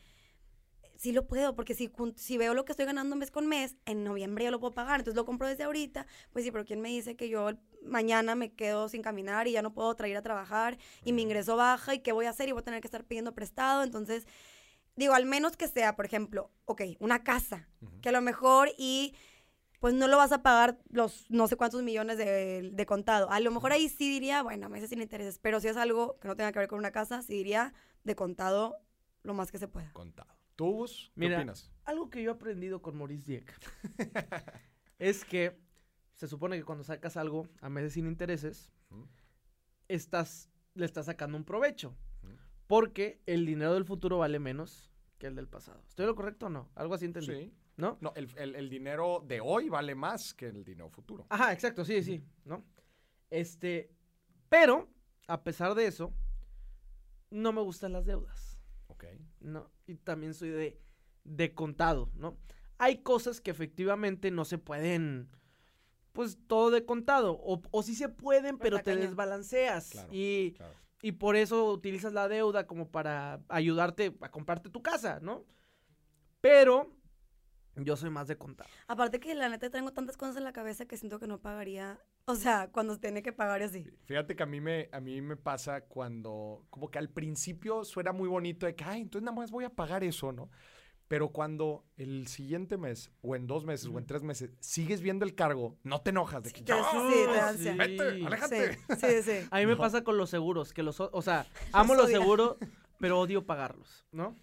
C: sí lo puedo, porque si, jun- si veo lo que estoy ganando mes con mes, en noviembre yo lo puedo pagar, entonces lo compro desde ahorita, pues sí, pero ¿quién me dice que yo el- mañana me quedo sin caminar y ya no puedo traer a trabajar y mi ingreso baja y qué voy a hacer y voy a tener que estar pidiendo prestado? Entonces, digo, al menos que sea, por ejemplo, ok, una casa,
A: Ujú.
C: que a lo mejor y pues no lo vas a pagar los no sé cuántos millones de, de contado. A lo mejor ahí sí diría, bueno, a meses sin intereses, pero si es algo que no tenga que ver con una casa, sí diría de contado lo más que se pueda.
A: Contado. ¿Tú, Gus? ¿Qué
B: Mira.
A: opinas?
B: Algo que yo he aprendido con Maurice Dieck es que se supone que cuando sacas algo a meses sin intereses,
A: Ujú.
B: estás, le estás sacando un provecho.
A: Ujú.
B: Porque el dinero del futuro vale menos que el del pasado. ¿Estoy en lo correcto o no? Algo así entendí.
A: Sí.
B: ¿No?
A: No, el, el- el dinero de hoy vale más que el dinero futuro.
B: Ajá, exacto, sí, sí, ¿no? Este, pero, a pesar de eso, no me gustan las deudas.
A: Ok.
B: ¿no? Y también soy de, de contado, ¿no? Hay cosas que efectivamente no se pueden, pues todo de contado, o, o sí se pueden,
C: Pero
B: pero,
C: Pues está
B: te
C: cañón.
B: desbalanceas
A: Claro,
B: y,
A: claro.
B: y por eso utilizas la deuda como para ayudarte a comprarte tu casa, ¿no? Pero yo soy más de contado.
C: Aparte que la neta tengo tantas cosas en la cabeza que siento que no pagaría, o sea, cuando se tiene que pagar y así.
A: Fíjate que a mí, me, a mí me pasa cuando, como que al principio suena muy bonito de que, ay, entonces nada más voy a pagar eso, ¿no? Pero cuando el siguiente mes, o en dos meses, o en
B: Ujú.
A: tres meses, sigues viendo el cargo, no te enojas de que,
C: ya
A: "Ya,
C: sé, te da
B: sí.
C: ansia.
A: vete, aléjate.
C: Sí, sí, sí.
B: A mí me
A: No.
B: pasa con los seguros, que los, o- o sea, amo
C: Los
B: los
C: odia.
B: seguros, pero odio pagarlos, ¿no?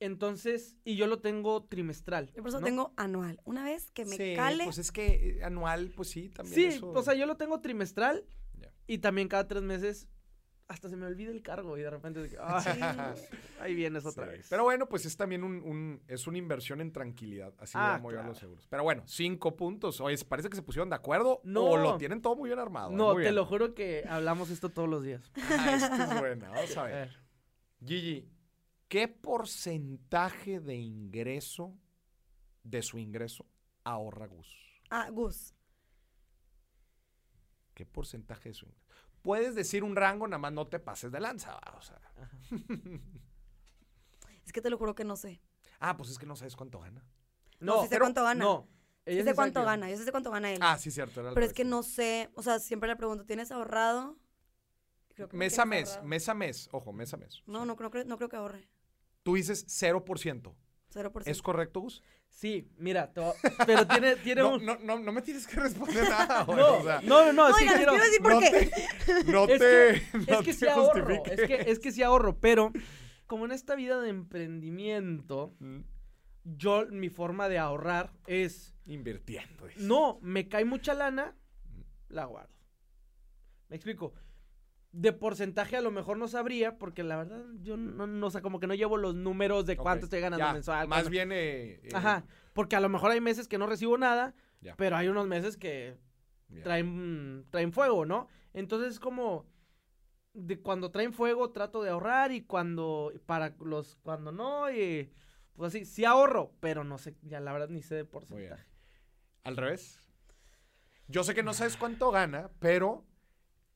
B: Entonces, y yo lo tengo trimestral.
C: Yo por eso
B: ¿no?
C: tengo anual. Una vez que me
A: Sí,
C: cale,
A: Pues es que eh, anual, pues sí, también.
B: Sí,
A: eso-
B: o sea, yo lo tengo trimestral
A: Ya.
B: y también cada tres meses hasta se me olvida el cargo y de repente de que, "Ah, ahí vienes otra
A: Sí.
B: vez.
A: Pero bueno, pues es también un, un- es una inversión en tranquilidad. Así lo
B: Ah,
A: llamo yo a los
B: claro.
A: seguros. Pero bueno, cinco puntos. Oye, parece que se pusieron de acuerdo o
B: No.
A: lo tienen todo muy bien armado. ¿eh?
B: no,
A: Muy
B: te
A: bien.
B: lo juro que hablamos esto todos los días.
A: Ah, esta es buena. Vamos a
B: A
A: ver.
B: ver,
A: Gigi, ¿qué porcentaje de ingreso, de su ingreso, ahorra Gus?
C: Ah, Gus.
A: ¿Qué porcentaje de swing? Puedes decir un rango, nada más no te pases de lanza. va, O sea.
C: Es que te lo juro que no sé.
A: Ah, pues es que no sabes cuánto gana.
C: No, sí sé cuánto gana.
B: No.
C: Yo
B: Ella
C: sé
B: sí
C: cuánto
B: sabe que-
C: gana, yo sí sé cuánto gana él.
A: Ah, sí, cierto. Era al
C: pero es
A: revés.
C: que no sé, o sea, siempre le pregunto, ¿tienes ahorrado? Creo que no
A: Mes a
C: tienes
A: mes,
C: ahorrado.
A: mes a mes. Ojo, mes a mes.
C: No, no, creo- no creo que ahorre.
A: Tú dices 0%.
C: 0%.
A: ¿Es correcto, Gus?
B: Sí, mira, te va- pero tiene, tiene
A: No,
B: un.
A: no, no, no me tienes que responder nada, güey.
B: No,
A: o sea,
B: no, no, no,
C: no,
B: sí
C: oigan, les
B: quiero-
C: quiero decir por
A: no
C: qué.
A: te, no
B: Es
A: te,
B: es
A: no
B: que
A: te
B: sí ahorro,
A: justifiques.
B: es que, es que sí ahorro, pero como en esta vida de emprendimiento,
A: Mm,
B: yo, mi forma de ahorrar es,
A: Invirtiendo. dices.
B: no, me cae mucha lana, la guardo. Me explico. De porcentaje a lo mejor no sabría, porque la verdad yo no, no o sea, como que no llevo los números de
A: Ok,
B: cuánto estoy ganando
A: ya,
B: mensual.
A: Más
B: cuánto-
A: bien. eh, eh,
B: Ajá, porque a lo mejor hay meses que no recibo nada,
A: Ya.
B: pero hay unos meses que
A: ya.
B: traen, traen fuego, ¿no? Entonces es como de cuando traen fuego trato de ahorrar y cuando para los cuando no y pues así sí ahorro, pero no sé, ya la verdad ni sé de
A: Muy bien.
B: porcentaje.
A: Al revés. Yo sé que no sabes cuánto gana, pero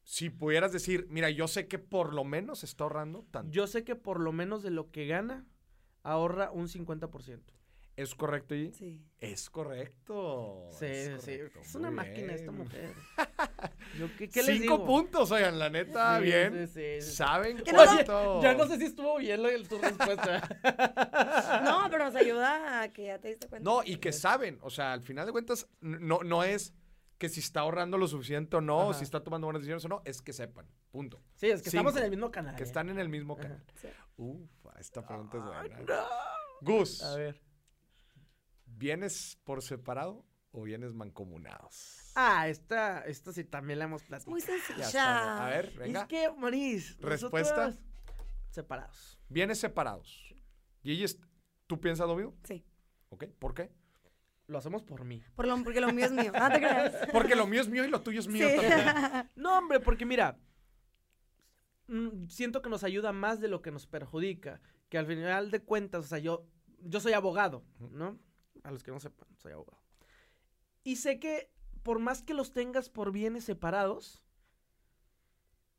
A: si pudieras decir, mira, yo sé que por lo menos está ahorrando tanto.
B: Yo sé que por lo menos de lo que gana ahorra un 50%.
A: ¿Es correcto, y
C: Sí.
A: Es correcto.
B: Sí,
A: Oh, es
B: sí,
A: correcto,
B: es una
A: muy
B: máquina esta
A: bien.
B: mujer. Yo qué, qué les
A: Cinco
B: digo?
A: puntos, oigan, la neta,
B: Sí,
A: bien.
B: sí, sí, sí.
A: ¿Saben
C: Que no
B: sé-
A: cuánto?
B: Ya no sé si estuvo bien la- tu respuesta.
C: No, pero nos ayuda a que ya te diste cuenta.
A: No, y que saben, o sea, al final de cuentas, n- no, no es que si está ahorrando lo suficiente o no, o
B: Ajá.
A: si está tomando buenas decisiones o no, es que sepan, punto.
B: Sí, es que estamos
A: Cinco.
B: en el mismo canal.
A: Que
B: ¿eh?
A: están en el mismo
B: Ajá.
A: canal.
C: Sí.
A: Uf, esta pregunta es
B: Ah,
A: buena. ¿eh?
B: no.
A: Gus,
B: A ver.
A: ¿vienes por separado o vienes mancomunados?
B: Ah, esta, esta sí también la hemos platicado.
C: Muy
A: Ya
C: sencilla.
A: estamos. A ver,
B: Es
A: venga.
B: que, Maris,
A: Respuesta.
B: nosotros Separados.
A: Vienes separados. Gigi, est- ¿tú piensas lo mismo?
C: Sí.
A: ¿Ok? ¿Por qué?
B: Lo hacemos por mí.
C: Por lo, porque lo mío es mío. Ah, te creas.
A: Porque lo mío es mío y lo tuyo es mío
C: Sí.
A: también.
B: No, hombre, porque mira, mm, siento que nos ayuda más de lo que nos perjudica. Que al final de cuentas, o sea, yo, yo soy abogado, ¿no? A los que no sepan, soy abogado. Y sé que por más que los tengas por bienes separados,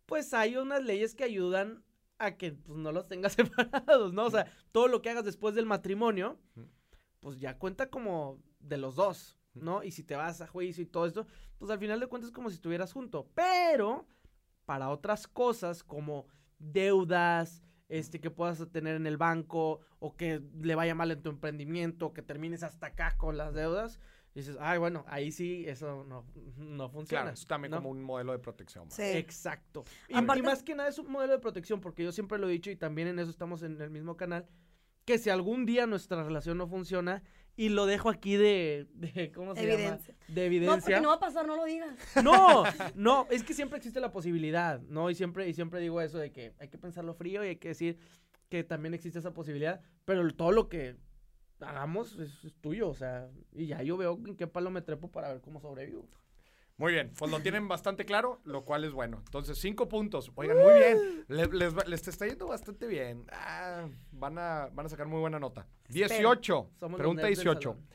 B: pues hay unas leyes que ayudan a que pues, no los tengas separados, ¿no? O sea, todo lo que hagas después del matrimonio,
A: Ujú.
B: pues ya cuenta como de los dos,
A: Ujú.
B: ¿no? Y si te vas a juicio y todo esto, pues al final de cuentas es como si estuvieras junto. Pero para otras cosas como deudas, este, que puedas tener en el banco, o que le vaya mal en tu emprendimiento, o que termines hasta acá con las deudas, dices, ay, bueno, ahí sí, eso no, no funciona.
A: Claro, es también
B: ¿no?
A: como un modelo de protección. más.
C: Sí.
B: Exacto. Y,
C: Aparte-
B: y más que nada es un modelo de protección, porque yo siempre lo he dicho y también en eso estamos en el mismo canal, que si algún día nuestra relación no funciona, y lo dejo aquí de, de- ¿cómo se
C: Evidencia.
B: llama? De
C: No, porque
B: evidencia.
C: no va a pasar, no lo digas.
B: No, no, es que siempre existe la posibilidad, ¿no? Y siempre, y siempre digo eso de que hay que pensarlo frío y hay que decir que también existe esa posibilidad, pero el- todo lo que hagamos es, es tuyo, o sea, y ya yo veo en qué palo me trepo para ver cómo sobrevivo.
A: Muy bien, pues lo tienen bastante claro, lo cual es bueno. Entonces, cinco puntos. Oigan, muy bien. Le- les, va- les está yendo bastante bien. Ah, van, a, van a sacar muy buena nota. 18.
B: Somos los
A: Pregunta
B: nerds del
A: 18.
B: salón.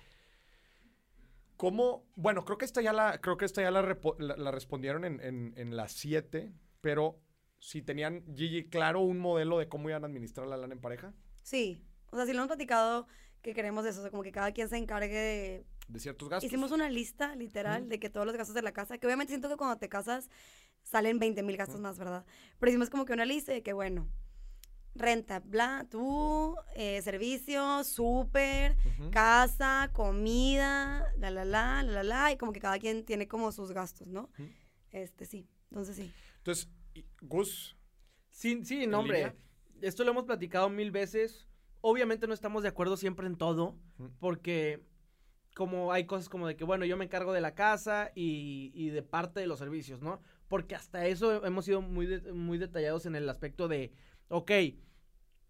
A: ¿Cómo? Bueno, creo que esta ya la, creo que esta ya la, repo- la- la respondieron en, en, en las 7, pero si tenían, Gigi, claro un modelo de cómo iban a administrar la lana en pareja,
C: Sí. O sea, sí lo hemos platicado que queremos eso. O sea, como que cada quien se encargue de
A: de ciertos gastos.
C: Hicimos una lista, literal,
A: Ujú.
C: de que todos los gastos de la casa, que obviamente siento que cuando te casas salen 20 mil gastos
A: Ujú.
C: más, ¿verdad? Pero hicimos como que una lista de que, bueno, renta, bla, tú, eh, servicios, súper,
A: Ujú.
C: casa, comida, la, la, la, la, la, la, y como que cada quien tiene como sus gastos, ¿no?
A: Ujú.
C: Este, sí, entonces sí.
A: Entonces, y- Gus,
B: Sí, sí,
A: ¿En
B: no, hombre.
A: línea?
B: Esto lo hemos platicado mil veces. Obviamente no estamos de acuerdo siempre en todo,
A: Mm.
B: porque como hay cosas como de que, bueno, yo me encargo de la casa y, y de parte de los servicios, ¿no? Porque hasta eso hemos sido muy, de- muy detallados en el aspecto de, ok,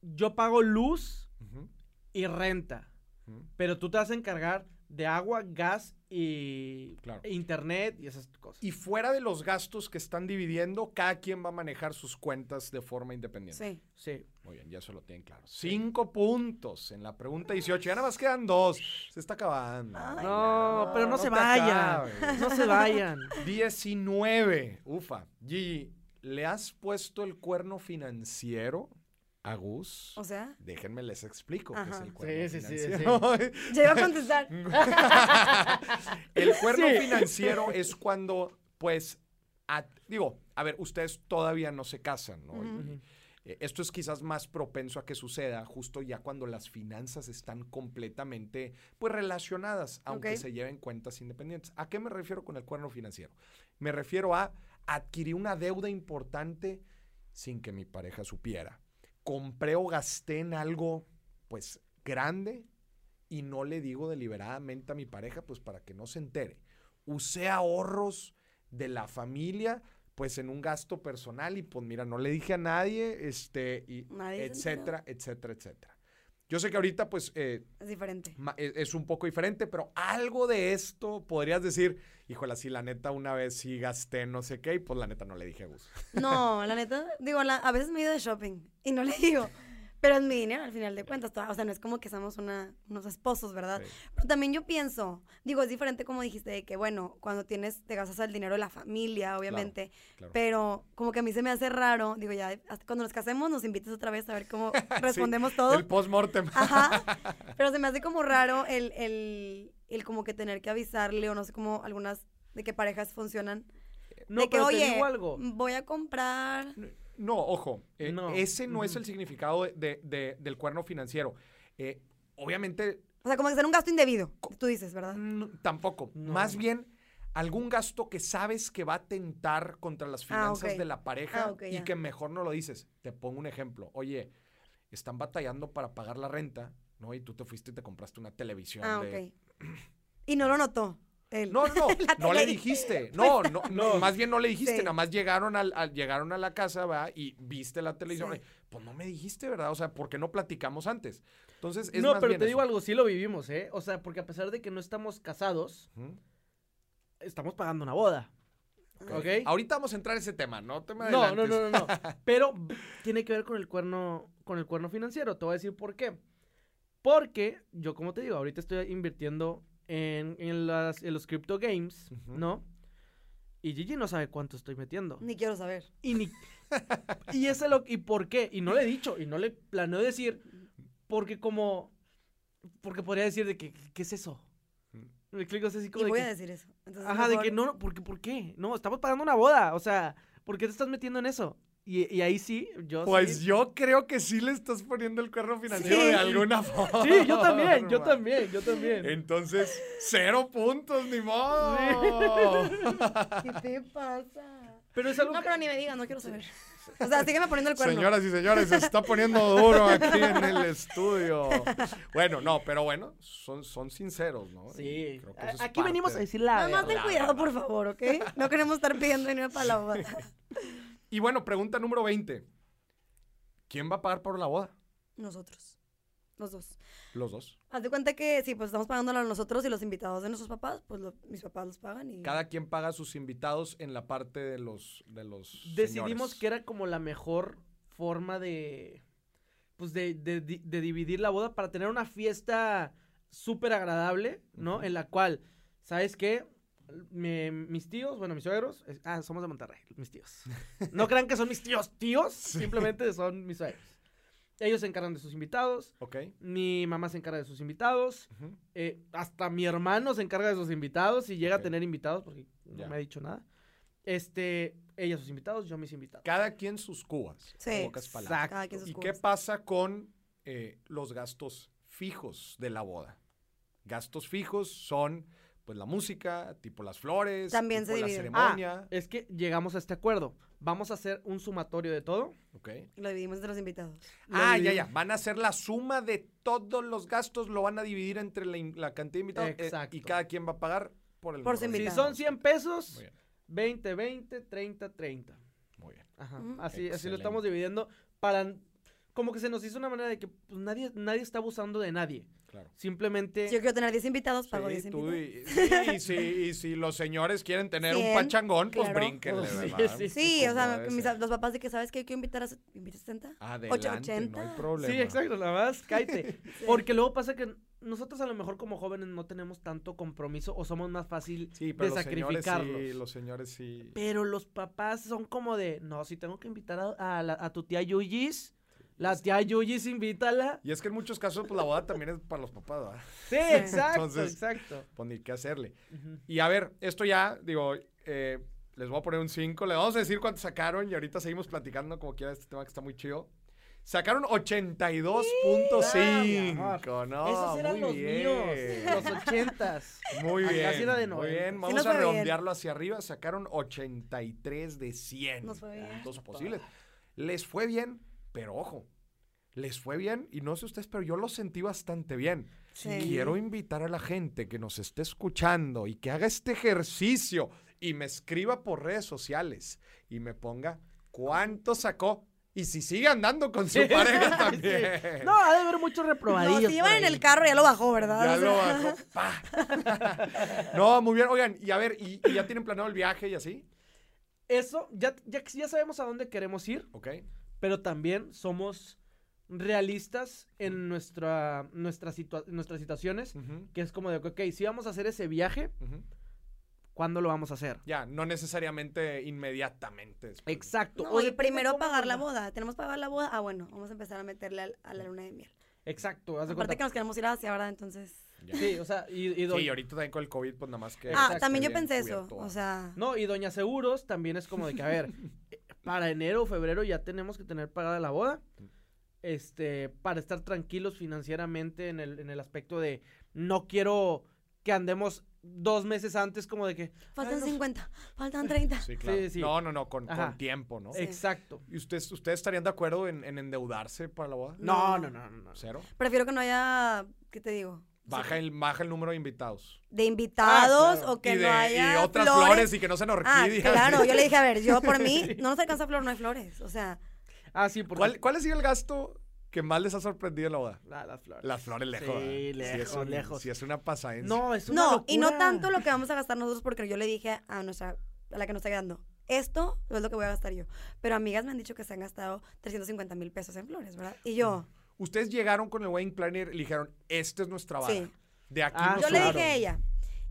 B: yo pago luz
A: ujú,
B: y renta,
A: ujú,
B: pero tú te vas a encargar de agua, gas y
A: Claro.
B: e internet y esas cosas.
A: Y fuera de los gastos que están dividiendo, cada quien va a manejar sus cuentas de forma independiente.
C: Sí.
B: Sí.
A: Muy bien, ya se lo tienen claro. Cinco puntos en la pregunta 18. Ya nada más quedan dos. Se está acabando.
C: Ay,
B: No, pero no, se
A: te
B: vayan.
A: acabes.
B: No se vayan.
A: 19. Ufa. Gigi, ¿le has puesto el cuerno financiero a Gus?
C: O sea,
A: Déjenme les explico qué es
C: Ajá.
A: el cuerno
B: Sí, sí, sí,
A: financiero.
C: ya iba a contestar.
A: el cuerno
B: Sí.
A: financiero es cuando, pues, a- digo, a ver, ustedes todavía no se casan, ¿no? Y-
C: Ujú.
A: eh, Esto es quizás más propenso a que suceda justo ya cuando las finanzas están completamente pues relacionadas, aunque
C: Ok.
A: se lleven cuentas independientes. ¿A qué me refiero con el cuerno financiero? Me refiero a adquirir una deuda importante sin que mi pareja supiera. Compré o gasté en algo pues grande y no le digo deliberadamente a mi pareja pues para que no se entere. Usé ahorros de la familia pues en un gasto personal y pues mira, no le dije a nadie, este, y
C: Nadie se
A: etcétera, etcétera, etcétera. Yo sé que ahorita pues eh,
C: Es diferente.
A: ma- e- es un poco diferente, pero algo de esto podrías decir, híjole, sí, la neta una vez sí gasté no sé qué y pues la neta no le dije a Gus.
C: No, la neta, digo, la- a veces me he ido de shopping y no le digo. Pero es mi dinero al final de cuentas. toda- O sea, no es como que somos una, unos esposos, ¿verdad?
A: Sí.
C: Pero también yo pienso, digo, es diferente como dijiste, de que bueno, cuando tienes, te gastas el dinero de la familia, obviamente.
A: claro.
C: Pero como que a mí se me hace raro, digo, ya, hasta cuando nos casemos nos invitas otra vez a ver cómo respondemos todo.
A: El post-mortem.
C: Ajá. Pero se me hace como raro el, el, el como que tener que avisarle o no sé cómo algunas de que parejas funcionan.
B: No,
C: de que,
B: pero
C: oye,
B: te digo algo.
C: voy a comprar.
A: No, ojo, eh,
B: No.
A: ese no es
B: Ujú.
A: el significado de- de- de- del cuerno financiero. Eh, obviamente,
C: O sea, como que hacer un gasto indebido, tú dices, ¿verdad?
B: Mm,
A: n- tampoco.
B: No.
A: Más bien, algún gasto que sabes que va a tentar contra las finanzas
C: Ah, ok.
A: de la pareja
C: Ah, ok,
A: y
C: ya.
A: que mejor no lo dices. Te pongo un ejemplo. Oye, están batallando para pagar la renta, ¿no? Y tú te fuiste y te compraste una televisión
C: Ah,
A: de
C: ok. Y no lo notó. Él.
A: No, no,
C: La
A: no le
C: tele.
A: dijiste. No, no, no,
B: No.
A: más bien no le dijiste.
C: Sí.
A: Nada más llegaron, al, al- llegaron a la casa, ¿verdad? Y viste la televisión.
C: Sí.
A: Pues no me dijiste, ¿verdad? O sea, ¿por qué no platicamos antes? Entonces, es
B: no,
A: más
B: pero
A: bien
B: te digo
A: eso.
B: algo, sí lo vivimos, ¿eh? O sea, porque a pesar de que no estamos casados,
A: Ujú.
B: estamos pagando una boda. ¿Ok?
A: Ok. Ahorita vamos a entrar a ese tema, no te me
B: No, no,
A: adelantes.
B: no, no, no. Pero tiene que ver con el cuerno, con el cuerno financiero. Te voy a decir por qué. Porque yo, como te digo, ahorita estoy invirtiendo en, en las, en los crypto games,
A: Ujú.
B: ¿no? Y Gigi no sabe cuánto estoy metiendo.
C: Ni quiero saber.
B: Y ni. y eso es lo. ¿Y por qué? Y no le he dicho, y no le planeo decir. Porque como. Porque podría decir de que, ¿qué es eso?
A: Mm.
B: Me explico, es así como
C: Y
B: de
C: voy
B: que-
C: a decir eso. Entonces,
B: Ajá, de
C: mejor-
B: que no, no, porque, ¿por qué? No, estamos pagando una boda, o sea, ¿por qué te estás metiendo en eso? Y, y ahí sí, yo
A: Pues
B: sí.
A: yo creo que sí le estás poniendo el cuerno financiero
C: Sí.
A: de alguna forma.
B: Sí, yo también, yo también, yo también.
A: Entonces, cero puntos, ni modo.
C: ¿Qué te pasa?
B: Pero es algo
C: No,
B: que-
C: pero ni me digas, no quiero saber. O sea, sígueme poniendo el cuerno.
A: Señoras y señores, se está poniendo duro aquí en el estudio. Bueno, no, pero bueno, son, son sinceros, ¿no?
B: Sí,
A: Y creo que
B: a-
A: eso es
B: aquí venimos a
A: parte de-
B: decir la
C: Nada más
B: verdad.
C: ten cuidado, por favor, ¿ok? No queremos estar pidiendo dinero para la boda.
A: Y bueno, pregunta número 20. ¿Quién va a pagar por la boda?
C: Nosotros. Los dos.
A: Los dos.
C: Haz de cuenta que sí, pues estamos pagándola nosotros y los invitados de nuestros papás, pues lo- mis papás los pagan y.
A: Cada quien paga a sus invitados en la parte de los de los
B: Decidimos
A: señores.
B: que era como la mejor forma de, pues, de, de- di- de dividir la boda para tener una fiesta súper agradable, ¿no?
A: Ujú.
B: En la cual, ¿sabes qué? Me- mis tíos, bueno, mis suegros, es- ah, somos de Monterrey, mis tíos. No crean que son mis tíos, tíos, simplemente son mis suegros. Ellos se encargan de sus invitados,
A: Ok.
B: mi mamá se encarga de sus invitados,
A: ujú.
B: eh, hasta mi hermano se encarga de sus invitados y llega
A: Ok.
B: a tener invitados porque no
A: Ya.
B: me ha dicho nada. Este, ella sus invitados, yo mis invitados.
A: Cada quien sus cubas.
C: Sí,
A: en pocas palabras.
B: exacto.
C: Cada quien sus
A: ¿Y qué
C: cubas.
A: pasa con eh, los gastos fijos de la boda? Gastos fijos son pues la música, tipo las flores,
C: También
A: tipo
C: se
A: la
C: dividen.
B: Ah,
A: ceremonia.
B: es que llegamos a este acuerdo. Vamos a hacer un sumatorio de todo.
C: Ah.
A: ok.
C: Y lo dividimos entre los invitados.
B: Lo
A: Ah, ya,
B: dividimos-
A: ya. Van a hacer la suma de todos los gastos, lo van a dividir entre la, in- la cantidad de invitados eh, y
B: Exacto.
A: cada quien va a pagar por el número
C: Por su
A: de
B: Si
C: invitado.
B: son 100 pesos,
A: Muy bien,
B: 20, 20, 30, 30.
A: muy bien.
B: Ajá.
C: Ujú.
B: Así, así lo estamos
A: Excelente.
B: dividiendo para, como que se nos hizo una manera de que pues, nadie, nadie está abusando de nadie.
A: Claro.
B: Simplemente.
C: Si yo quiero tener 10 invitados,
A: Sí,
C: pago 10
A: tú
C: invitados.
A: y, sí, y si, y si los señores quieren tener un
C: Cien,
A: pachangón, pues
C: claro.
A: brínquenle,
B: Sí,
A: ¿verdad?
B: sí,
C: Sí, o sea,
A: Como
C: mis-
A: debe ser. Ah,
C: los papás de que sabes que yo quiero invitar a. ¿Invitas 70?
A: Adelante, no hay
C: 880.
A: problema.
B: Sí, exacto, nada más cállate.
C: Sí.
B: Porque luego pasa que nosotros a lo mejor como jóvenes no tenemos tanto compromiso o somos más fácil
A: Sí,
B: de
A: pero los señores
B: sacrificarlos.
A: sí, los señores sí.
B: Pero los papás son como de, no, si tengo que invitar a, a la- a tu tía Yuyis, la tía Yuyis invítala.
A: Y es que en muchos casos, pues la boda también es para los papás, ¿verdad?
B: Sí, exacto,
A: Entonces-
B: exacto.
A: Pues ni qué hacerle.
B: Ujú.
A: Y a ver, esto ya, digo, eh, les voy a poner un 5, le vamos a decir cuánto sacaron y ahorita seguimos platicando como quiera de este tema que está muy chido. Sacaron
B: Ah, mi
A: 82.5,
B: amor.
A: ¿no?
B: Esos eran
A: muy
B: los
A: bien.
B: míos, los ochentas.
A: Muy
B: Acá
A: bien.
B: sí era de
A: muy
B: 90.
A: bien,
B: Sí
A: vamos
C: nos
A: a
C: fue bien.
A: redondearlo hacia arriba. Sacaron 83 de 100.
C: Nos fue bien.
A: Dos posibles. Les fue bien, pero ojo, les fue bien y no sé ustedes, pero yo lo sentí bastante bien.
C: Sí.
A: Quiero invitar a la gente que nos esté escuchando y que haga este ejercicio y me escriba por redes sociales y me ponga cuánto sacó y si sigue andando con su pareja también.
B: Sí. No, ha de haber muchos reprobadillos.
C: No, si
B: por
C: llevan en
B: ahí.
C: el carro, ya lo bajó, ¿verdad?
A: Ya
C: O sea,
A: lo bajó. pa. no, muy bien. Oigan, y a ver, ¿y, y ya tienen planeado el viaje y así?
B: Eso, ya, ya, ya sabemos a dónde queremos ir,
A: ¿Ok?
B: pero también somos realistas en nuestra, nuestra situa- nuestras situaciones,
A: Ujú,
B: que es como de, ok, si vamos a hacer ese viaje,
A: ujú.
B: ¿cuándo lo vamos a hacer?
A: Ya, no necesariamente inmediatamente. después.
B: Exacto.
C: No,
B: O
C: y
B: depende
C: primero
B: cómo
C: pagar la
B: nos va.
C: boda. Tenemos que pagar la boda. Ah, bueno, vamos a empezar a meterle al- a la luna de miel.
B: Exacto, haz de
C: Aparte que
B: cuenta.
C: nos queremos ir hacia, ¿verdad? Entonces.
A: Ya. Sí,
B: Sí, o sea, y, y doña-
A: y ahorita también con el COVID, pues nada más que.
C: Ah,
B: Exacto,
C: también yo
A: bien
C: pensé eso.
A: cubierto.
C: O sea.
B: No, y Doña Seguros también es como de que, a ver, eh, para enero o febrero ya tenemos que tener pagada la boda. Este, para estar tranquilos financieramente en el, en el aspecto de no quiero que andemos dos meses antes como de que...
C: Faltan
B: ay, no-
C: 50, faltan 30.
A: Sí, claro.
B: Sí, sí.
A: No, no, no, con, con
B: Ajá.
A: tiempo, ¿no?
C: Sí.
B: Exacto.
A: ¿Y ustedes, ustedes estarían de acuerdo en, en endeudarse para la boda?
B: No, no,
C: No.
B: no, no. no.
A: ¿Cero?
C: Prefiero que no haya, ¿qué te digo?
A: Baja, el, baja el número de invitados.
C: De invitados
B: claro.
C: o que
A: y, de,
C: no
A: y
C: haya
A: otras flores. y que no sean
C: Ah,
A: orquídeas.
C: claro, yo le dije, a ver, yo por mí, no nos alcanza flor, no hay flores. O sea,
B: Ah, sí, porque...
A: ¿Cuál, ¿Cuál ha sido el gasto que más les ha sorprendido en la boda?
B: La- las flores.
A: Las flores lejos. ¿verdad?
B: Sí, lejos,
A: es un-
B: lejos.
A: sí es una pasadencia.
B: No, es una
C: no, y no
B: locura.
C: tanto lo que vamos a gastar nosotros, porque yo le dije a nuestra, a la que nos está quedando, esto es lo que voy a gastar yo. Pero amigas me han dicho que se han gastado 350 mil pesos en flores, ¿verdad? Y yo,
B: Mm,
A: Ustedes llegaron con el wedding planner y le dijeron, esta es nuestra vara.
C: Sí.
A: De aquí
B: Ah,
A: nos
C: yo le
A: subimos".
C: dije a ella,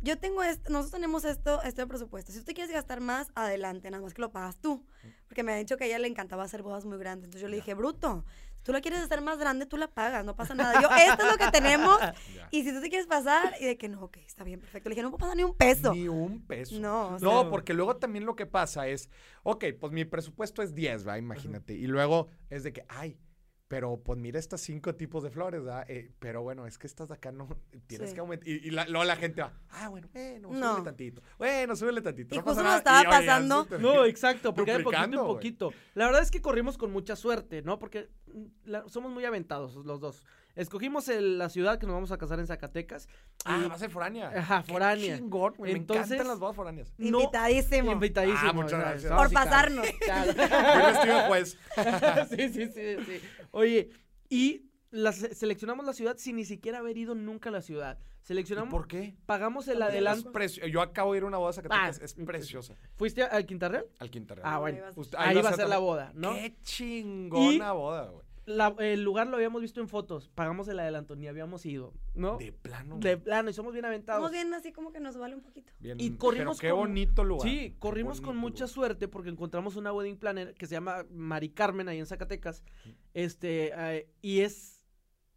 C: yo tengo esto, nosotros tenemos esto, este presupuesto. Si tú te quieres gastar más, adelante, nada más que lo pagas tú. Porque me ha dicho que a ella le encantaba hacer bodas muy grandes. Entonces yo le dije, bruto, si tú la quieres hacer más grande, tú la pagas, no pasa nada. Yo, esto es lo que tenemos.
A: Ya.
C: Y si tú te quieres pasar, y de que no, ok, está bien, perfecto. Le dije, no puedo pasar ni un peso.
A: Ni un peso.
C: No, o
A: No,
C: sea,
A: porque luego también lo que pasa es, ok, pues mi presupuesto es 10, ¿verdad? Imagínate. Y luego es de que, ay, pero pues mira estos cinco tipos de flores, ¿verdad? Eh, pero bueno, es que estas de acá no, tienes
C: Sí.
A: que aumentar. Y, y la, luego la gente va, ah, bueno, bueno, súbele
C: No.
A: tantito. Bueno, súbele tantito.
C: Y
A: no pasa
C: justo nos
A: nada.
C: estaba
A: oye, ya
C: pasando-
A: se te-
B: No, exacto, porque era de poquito en
A: Duplicando, güey.
B: poquito. La verdad es que corrimos con mucha suerte, ¿no? Porque mm, la- somos muy aventados los dos. Escogimos el- la ciudad que nos vamos a casar en Zacatecas.
A: Ah,
B: y-
A: va a ser foránea.
B: Ajá,
A: Qué
B: foránea.
A: chingón, güey,
B: Entonces-
A: Me encantan las bodas foráneas.
B: no-
C: invitadísimo.
B: Invitadísimo.
A: Ah, muchas
B: o sea,
A: gracias.
B: estamos
C: por
B: así,
C: pasarnos.
B: claro,
A: Yo pues,
B: claro.
A: no estoy de juez.
B: sí, sí, sí, sí. Oye, y la se- seleccionamos la ciudad sin ni siquiera haber ido nunca a la ciudad.
A: ¿Y
B: Seleccionamos,
A: ¿Por qué?
B: pagamos el
A: Es
B: adelanto.
A: precio- Yo acabo de ir a una boda a Zacatecas,
B: Ah,
A: es preciosa.
B: ¿Fuiste al Quintarreal?
A: Al Quintarreal.
B: Ah,
C: Ahí
B: bueno.
C: vas.
A: Usted-
B: Ahí va a ser la
A: también.
B: boda, ¿no?
A: Qué chingona boda, güey.
B: La- el lugar lo habíamos visto en fotos, pagamos el adelanto, ni habíamos ido, ¿no?
A: De plano.
B: De plano, y somos bien
C: Estamos
B: aventados.
C: bien así como que nos vale un poquito.
A: Bien,
B: y
A: pero
B: corrimos
A: qué
B: con-
A: bonito lugar.
B: Sí,
A: qué
B: corrimos con
A: bonito
B: mucha
A: lugar.
B: suerte porque encontramos una wedding planner que se llama Mari Carmen ahí en Zacatecas. Este, eh, y es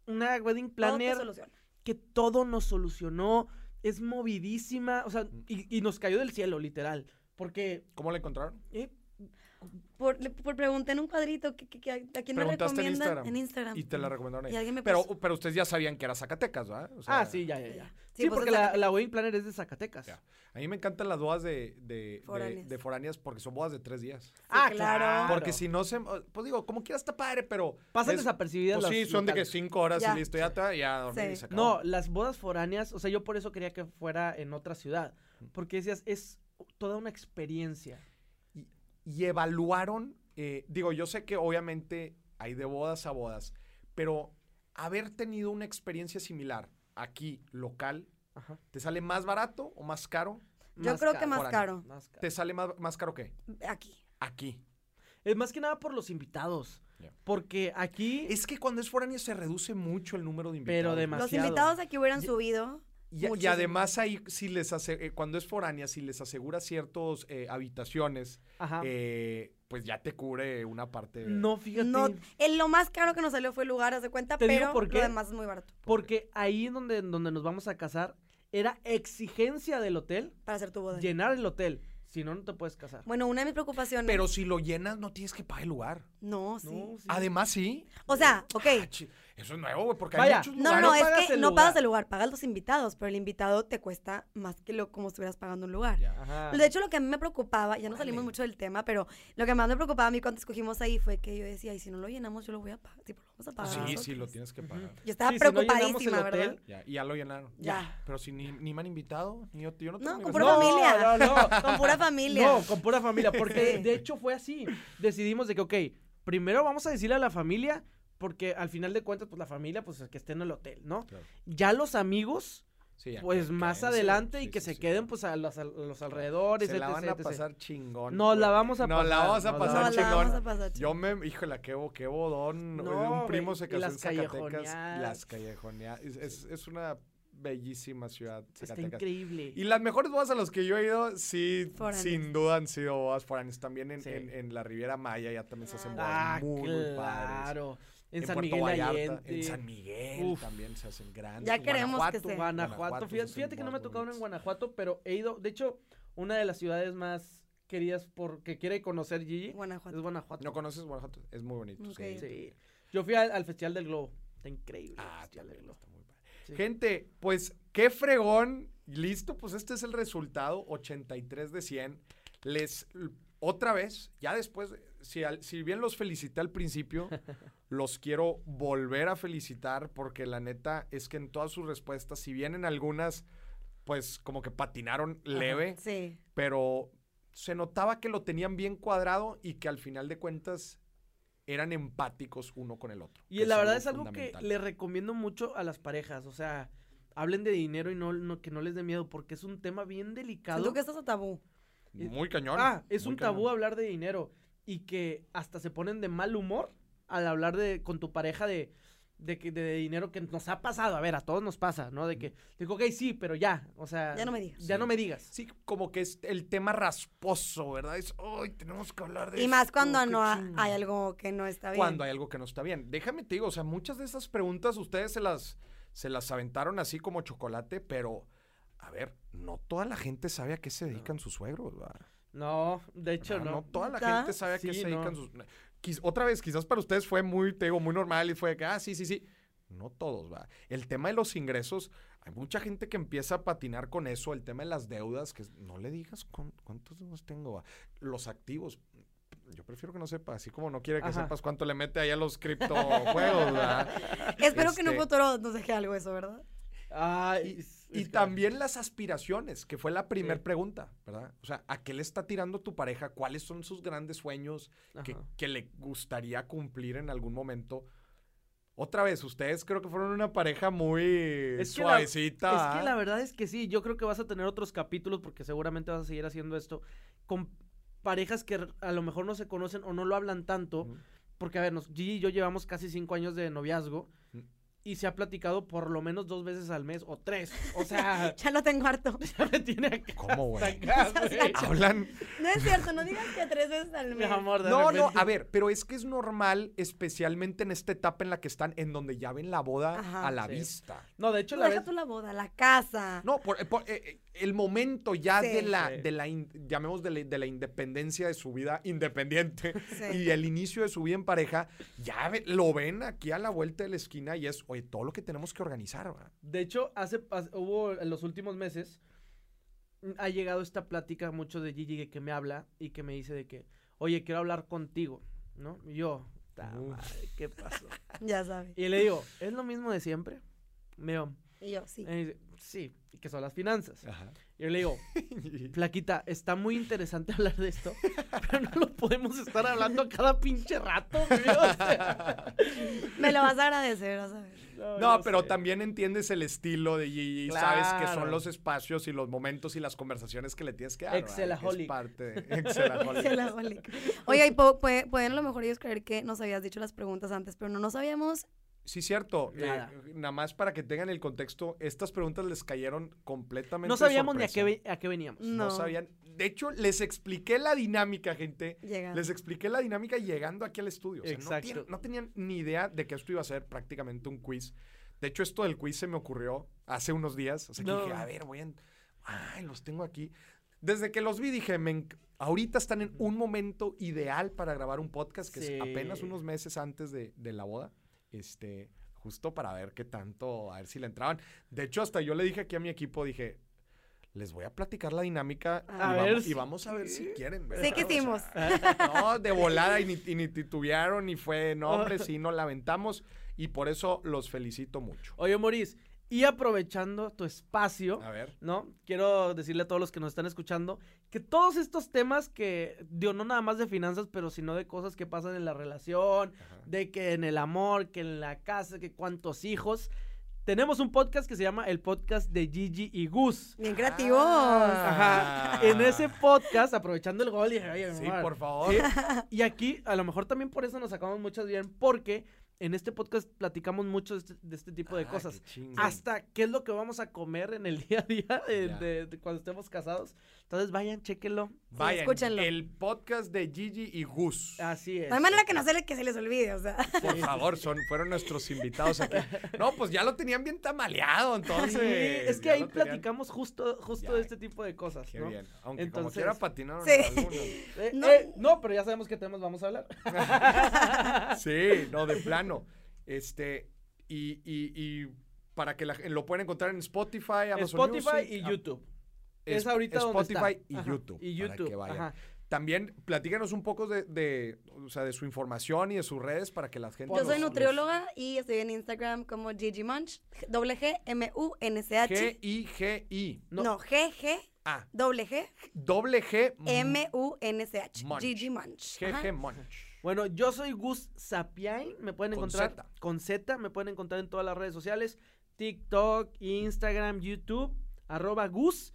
B: una wedding
C: Todo te
B: planner
C: soluciona.
B: que todo nos solucionó, es movidísima, o sea,
A: Mm.
B: y, y nos cayó del cielo, literal. Porque,
A: ¿Cómo la encontraron?
B: eh,
C: Por, le- por pregunté en un cuadrito que, que- que a a quién me
A: Preguntaste en
C: recomiendan
A: Instagram.
C: En Instagram.
A: Y te la recomendaron
C: Ah, Y
A: ahí.
C: alguien me
A: Pero,
C: puso.
A: pero ustedes ya sabían que era Zacatecas, ¿verdad? O
B: ah,
A: sea,
B: sí, ya, ya, ya. Sí,
C: Sí, pues,
B: porque
C: es
B: la,
C: Zacatecas.
B: la wedding planner es de Zacatecas.
A: Ya. A mí me encantan las bodas de, de, de,
C: Foráneas.
A: de foráneas porque son bodas de tres días.
B: Ah,
C: claro.
B: claro.
A: Porque si no se. Pues digo, como quiera está padre, pero.
B: Pasan
A: es-
B: desapercibidas
A: Pues
B: las
A: sí, son de que
B: locales.
A: cinco horas
C: Ya.
A: y listo, ya, te- ya a dormir
C: Sí.
A: y se acabó.
B: No, las bodas foráneas, o sea, yo por eso quería que fuera en otra ciudad,
A: Mm.
B: porque decías, es toda una experiencia.
A: y evaluaron, eh, digo, yo sé que obviamente hay de bodas a bodas, pero haber tenido una experiencia similar aquí, local,
B: Ajá.
A: ¿te sale más barato o más caro?
C: Yo creo que
B: caro.
C: más
A: Por año.
C: caro.
B: Más caro.
A: ¿Te sale más, más caro qué?
C: Aquí.
A: Aquí.
B: Es más que nada por los invitados.
A: Ya.
B: Porque aquí.
A: Es que cuando es foráneo se reduce mucho el número de
B: Pero
A: invitados.
B: demasiado.
C: Los invitados aquí hubieran subido.
A: Y, y
C: Muchísimo.
A: además ahí, si les hace, eh, cuando es foránea, si les asegura ciertas habitaciones,
B: Ajá.
A: eh, pues ya te cubre una parte.
B: Ah. no, fíjate.
C: No, el- lo más caro que nos salió fue el lugar, haz de cuenta,
B: Te digo
C: pero
B: por
C: lo
B: qué.
C: demás es muy barato
B: Porque ahí en donde, en donde nos vamos a casar, era exigencia del hotel
C: para hacer tu boda.
B: llenar el hotel. Si no, no te puedes casar.
C: Bueno, una de mis preocupaciones.
A: Pero si lo llenas, no tienes que pagar el lugar.
C: no, sí.
B: No, sí.
A: Además, sí.
C: O sea, ok.
A: Ah, chi- Eso es nuevo, güey, porque
B: Vaya,
A: hay muchos
C: No,
A: lugares.
C: no,
B: no
C: es
B: pagas
C: que
B: el
C: no
B: lugar.
C: pagas el lugar, pagas los invitados, pero el invitado te cuesta más que lo como si estuvieras pagando un lugar.
A: Ya.
B: Ajá.
C: De hecho, lo que a mí me preocupaba, ya no salimos
A: Órale.
C: mucho del tema, pero lo que más me preocupaba a mí cuando escogimos ahí fue que yo decía, y si no lo llenamos, yo lo voy a pagar. Sí, pues, lo vamos a pagar.
A: Sí,
C: nosotros".
A: sí, lo tienes que pagar.
C: Yo estaba
B: Sí, si no
C: preocupadísima,
B: llenamos el
C: ¿verdad?
B: hotel,
A: Ya, y ya lo llenaron.
C: Ya.
A: Pero si ni, ni me han invitado, ni yo, yo no tengo
C: No,
A: ni
C: con
A: ganas.
C: pura
B: No, no,
C: familia.
B: no.
C: Con pura familia.
B: No, con pura familia, porque de hecho fue así. Decidimos de que, ok, primero vamos a decirle a la familia, porque al final de cuentas, pues la familia, pues que esté en el hotel, ¿no?
A: Claro.
B: Ya los amigos,
A: Sí, ya,
B: pues
A: que
B: más
A: quédense,
B: adelante y
A: sí,
B: que
A: sí,
B: se
A: sí.
B: queden, pues a los, a los alrededores,
A: Se la
B: etc,
A: van a
B: etc..
A: pasar chingón.
B: Nos la
A: güey.
B: vamos a
A: Nos la
B: pasar,
A: vamos a pasar
B: nos la
C: No, la
A: chingón.
C: vamos a pasar.
A: Yo me, híjole, qué, bo- qué bodón.
B: No,
A: güey, de un primo
B: güey,
A: se
B: y
A: casó
B: las
A: en Zacatecas.
B: callejoneadas.
A: Las callejoneadas. Es, es- es una bellísima ciudad,
B: Está
A: Zacatecas.
B: increíble.
A: Y las mejores bodas a las que yo he ido, sí,
C: Foráneas.
A: sin duda han sido bodas foráneas. También en,
B: Sí.
A: en- en la Riviera Maya ya también se hacen bodas
B: ah,
A: muy, muy padres.
B: claro. En,
A: En
B: San
A: Puerto
B: Miguel de
A: Vallarta,
B: Allende.
A: En San Miguel
B: Uf.
A: también se hacen grandes.
C: Ya
A: En
C: queremos que
A: Guanajuato,
C: sea.
B: Guanajuato.
A: se
B: Fíjate,
A: hacen
B: fíjate que no me ha
A: bodas
B: tocado uno en
A: bonitas.
B: Guanajuato, pero he ido. De hecho, una de las ciudades más queridas porque quiere conocer Gigi es
C: Guanajuato.
B: Guanajuato.
A: ¿No conoces Guanajuato? Es muy bonito.
C: Ok.
A: sí.
B: Sí. Yo fui al, al Festival del Globo. Está increíble. el
A: Ah,
B: Festival del
A: también
B: Globo.
A: está muy padre.
B: Sí.
A: Gente, pues qué fregón. Listo, pues este es el resultado, 83 de 100. Les, otra vez, ya después, si, al- si bien los felicité al principio, los quiero volver a felicitar porque la neta es que en todas sus respuestas, si bien en algunas, pues como que patinaron leve,
C: Sí.
A: pero se notaba que lo tenían bien cuadrado y que al final de cuentas eran empáticos uno con el otro.
B: Y
A: que
B: la verdad
A: algo
B: es algo que
A: fundamental.
B: le recomiendo mucho a las parejas. O sea, hablen de dinero y no, no- que no les dé miedo porque es un tema bien delicado.
C: Siento que esto es un tabú.
A: Muy cañón.
B: Ah, es
A: muy
B: un tabú
A: cañón.
B: hablar de dinero y que hasta se ponen de mal humor al hablar de con tu pareja de de, que- de dinero que nos ha pasado, a ver, a todos nos pasa, ¿no? De que digo, ok, sí, pero ya, o sea,
C: Ya no me digas.
B: ya
A: Sí.
B: no me digas.
A: Sí, como que es el tema rasposo, ¿verdad? Es, ¡ay, tenemos que hablar de
C: Y más
A: esto,
C: cuando
A: Pues, qué
C: no ha-
A: chingo".
C: hay algo que no está bien.
A: Cuando hay algo que no está bien. Déjame te digo, o sea, muchas de esas preguntas ustedes se las, se las aventaron así como chocolate, pero, a ver, no toda la gente sabe a qué se dedican sus suegros, ¿verdad?
B: No, de hecho
A: Ah,
B: no.
A: toda la
C: ¿Neta?
A: gente sabe a qué
B: Sí,
A: se dedican
B: no.
A: sus... Quiz- otra vez, quizás para ustedes fue muy, te digo, muy normal y fue que, ah, sí, sí, sí. No todos, va. El tema de los ingresos, hay mucha gente que empieza a patinar con eso. El tema de las deudas, que es, no le digas cuán- cuántos deudas tengo, va. Los activos, yo prefiero que no sepa, así como no quiere que
B: Ajá.
A: sepas cuánto le mete ahí a los criptojuegos, va.
C: Espero que en un
A: Este-
C: futuro nos deje algo eso, ¿verdad?
B: Ay,
A: Y,
B: es-
A: y
B: es que-
A: también las aspiraciones, que fue la primera
B: Sí.
A: pregunta, ¿verdad? O sea, ¿a qué le está tirando tu pareja? ¿Cuáles son sus grandes sueños? que,
B: Ajá.
A: que le gustaría cumplir en algún momento. Otra vez, ustedes creo que fueron una pareja muy
B: Es que la-
A: suavecita.
B: Es que la
A: ¿ah?
B: verdad es que sí, yo creo que vas a tener otros capítulos porque seguramente vas a seguir haciendo esto con parejas que a lo mejor no se conocen o no lo hablan tanto.
A: Ujú.
B: Porque, a ver, nos, Gigi y yo llevamos casi cinco años de noviazgo
A: Mm.
B: y se ha platicado por lo menos dos veces al mes o tres. O sea,
C: Ya lo tengo harto.
B: ya me tiene acá.
A: ¿Cómo, güey? Ah,
B: acá, güey.
A: Hablan.
C: No es cierto, no digas que tres veces al
B: Mi
C: mes.
B: amor, de
A: No, ah, no,
B: repente.
A: a ver, pero es que es normal, especialmente en esta etapa en la que están, en donde ya ven la boda
C: Ajá.
A: a la
B: Sí.
A: vista.
B: No, de hecho,
C: No,
B: la
C: deja
B: vez-
C: tú la boda, la casa.
A: No, por, por- eh, eh, el momento ya
C: Sí.
A: de la,
B: Sí.
A: de la in- llamemos de la, de la independencia de su vida independiente
C: Sí.
A: y el inicio de su vida en pareja, ya ve- lo ven aquí a la vuelta de la esquina y es, oye, todo lo que tenemos que organizar, ¿verdad?
B: De hecho, hace, pas- hubo en los últimos meses mm, ha llegado esta plática mucho de Gigi que, que me habla y que me dice de que, oye, quiero hablar contigo, ¿no? Y yo, "Ta
A: Uf.
B: madre, ¿qué pasó?
C: Ya sabes.
B: Y le digo, es lo mismo de siempre. Me digo,
C: Y yo, sí.
B: Y dice, sí, que son las finanzas.
A: Ajá.
B: Y yo le digo, Flaquita, está muy interesante hablar de esto, pero no lo podemos estar hablando a cada pinche rato, güey, o sea.
C: Me lo vas a agradecer, vas a ver.
A: No,
B: yo
A: pero
B: sé.
A: también entiendes el estilo de Gigi, sabes que
B: Claro.
A: son los espacios y los momentos y las conversaciones que le tienes que dar. ¿verdad?
B: Excelaholic.
A: Es parte de Excelaholic.
C: Se la volé. Oye, y po- pue- pueden a lo mejor ellos creer que nos habías dicho las preguntas antes, pero no nos habíamos.
A: Sí, cierto. eh,
B: Nada.
A: Nada. más para que tengan el contexto, estas preguntas les cayeron completamente
B: No sabíamos
A: de
B: ni a qué,
A: sorpresa.
B: ve- a qué veníamos.
C: Mm.
A: No.
C: No.
A: sabían. De hecho, les expliqué la dinámica, gente.
C: Llega.
A: Les expliqué la dinámica llegando aquí al estudio. O sea, no
B: Exacto.
A: tienen- No, tenían ni idea de que esto iba a ser prácticamente un quiz. De hecho, esto del quiz se me ocurrió hace unos días. O sea, que
B: No.
A: dije, a ver, voy a... en- Ay, los tengo aquí. Desde que los vi dije, "Me enc- ahorita están en un momento ideal para grabar un podcast, que
B: Sí.
A: es apenas unos meses antes de, de la boda. Este, justo para ver qué tanto, a ver si le entraban. De hecho, hasta yo le dije aquí a mi equipo, dije, les voy a platicar la dinámica y,
C: A
B: ver
A: vamos,
B: si-
A: y vamos a ver si quieren. ¿verdad?
C: Sí, que
A: O sea,
C: hicimos.
A: no, de volada y ni, y ni titubearon y fue,
B: Oh.
A: no, hombre, sí, nos lamentamos y por eso los felicito mucho.
B: Oye, Moris, y aprovechando tu espacio,
A: A ver,
B: ¿no? Quiero decirle a todos los que nos están escuchando que todos estos temas que, digo, no nada más de finanzas, pero sino de cosas que pasan en la relación,
A: Ajá.
B: de que en el amor, que en la casa, que cuántos hijos. Tenemos un podcast que se llama el podcast de Gigi y Gus.
C: Bien creativos.
A: Ah.
B: Ajá. En ese podcast, aprovechando el gol, dije, oye, mi
A: sí,
B: amor,
A: por favor.
B: Sí. Y aquí, a lo mejor también por eso nos sacamos muchas bien, porque en este podcast platicamos mucho de este, de este tipo de
A: Ah,
B: cosas.
A: qué chingón.
B: Hasta qué es lo que vamos a comer en el día a día de,
A: Ya.
B: de- de cuando estemos casados. Entonces vayan, chéquenlo.
A: Vayan,
C: escúchenlo.
A: el podcast de Gigi y Gus.
B: Así es.
C: No hay manera que no se, le, que se les olvide, o sea.
A: Por favor, son, fueron nuestros invitados aquí. No, pues ya lo tenían bien tamaleado, entonces.
B: Sí, es que
A: ya
B: ahí
A: lo tenían-
B: platicamos justo, justo
A: Ya.
B: de este tipo de cosas.
A: Qué
B: ¿no?
A: bien. Aunque como
B: Entonces-
A: quiera patinaron
C: Sí.
A: algunos.
B: Eh, eh,
C: No.
B: no. pero ya sabemos qué temas vamos a hablar.
A: Sí, no, de plano. Este, y, y- y para que la- lo pueden encontrar en Spotify, Amazon
B: Spotify
A: Music,
B: y
A: ah,
B: YouTube.
A: es-
B: Es, ahorita donde está.
A: Spotify y
B: Ajá,
A: YouTube.
B: Y
A: para que
B: YouTube.
A: vayan.
B: ajá.
A: También platícanos un poco de, de, o sea, de su información y de sus redes para que la gente.
C: Yo
B: Bueno,
C: soy
A: los-
C: nutrióloga y estoy en Instagram como Gigi Munch, doble G,
A: los-
C: M-U-N-C-H.
A: G-I-G-I.
B: No.
C: No, G, G,
A: Ah,
C: doble G,
A: doble G. mm,
C: M-U-N-C-H.
A: Munch.
C: Gigi Munch. Ajá.
A: G-G Munch.
B: Bueno, yo soy Gus Sapiain, me pueden
A: Con
B: encontrar
A: Z.
B: con Z, me pueden encontrar en todas las redes sociales, TikTok, Instagram, YouTube, arroba Gus,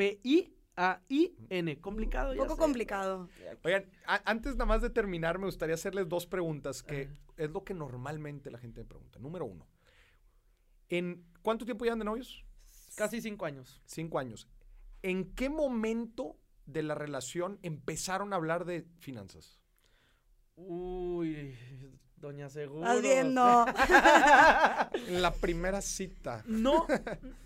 B: Z-A-P-I-A-I-N. E. Complicado,
C: Un
B: ya
C: poco
B: sé.
C: complicado.
A: Oigan, a- antes nada más de terminar, me gustaría hacerles dos preguntas que es lo que normalmente la gente me pregunta. Número uno, ¿en cuánto tiempo llevan de novios?
B: Casi cinco años.
A: Cinco años. ¿En qué momento de la relación empezaron a hablar de finanzas?
B: Uy, doña Seguro.
C: Más bien, no.
A: En la primera cita.
B: No,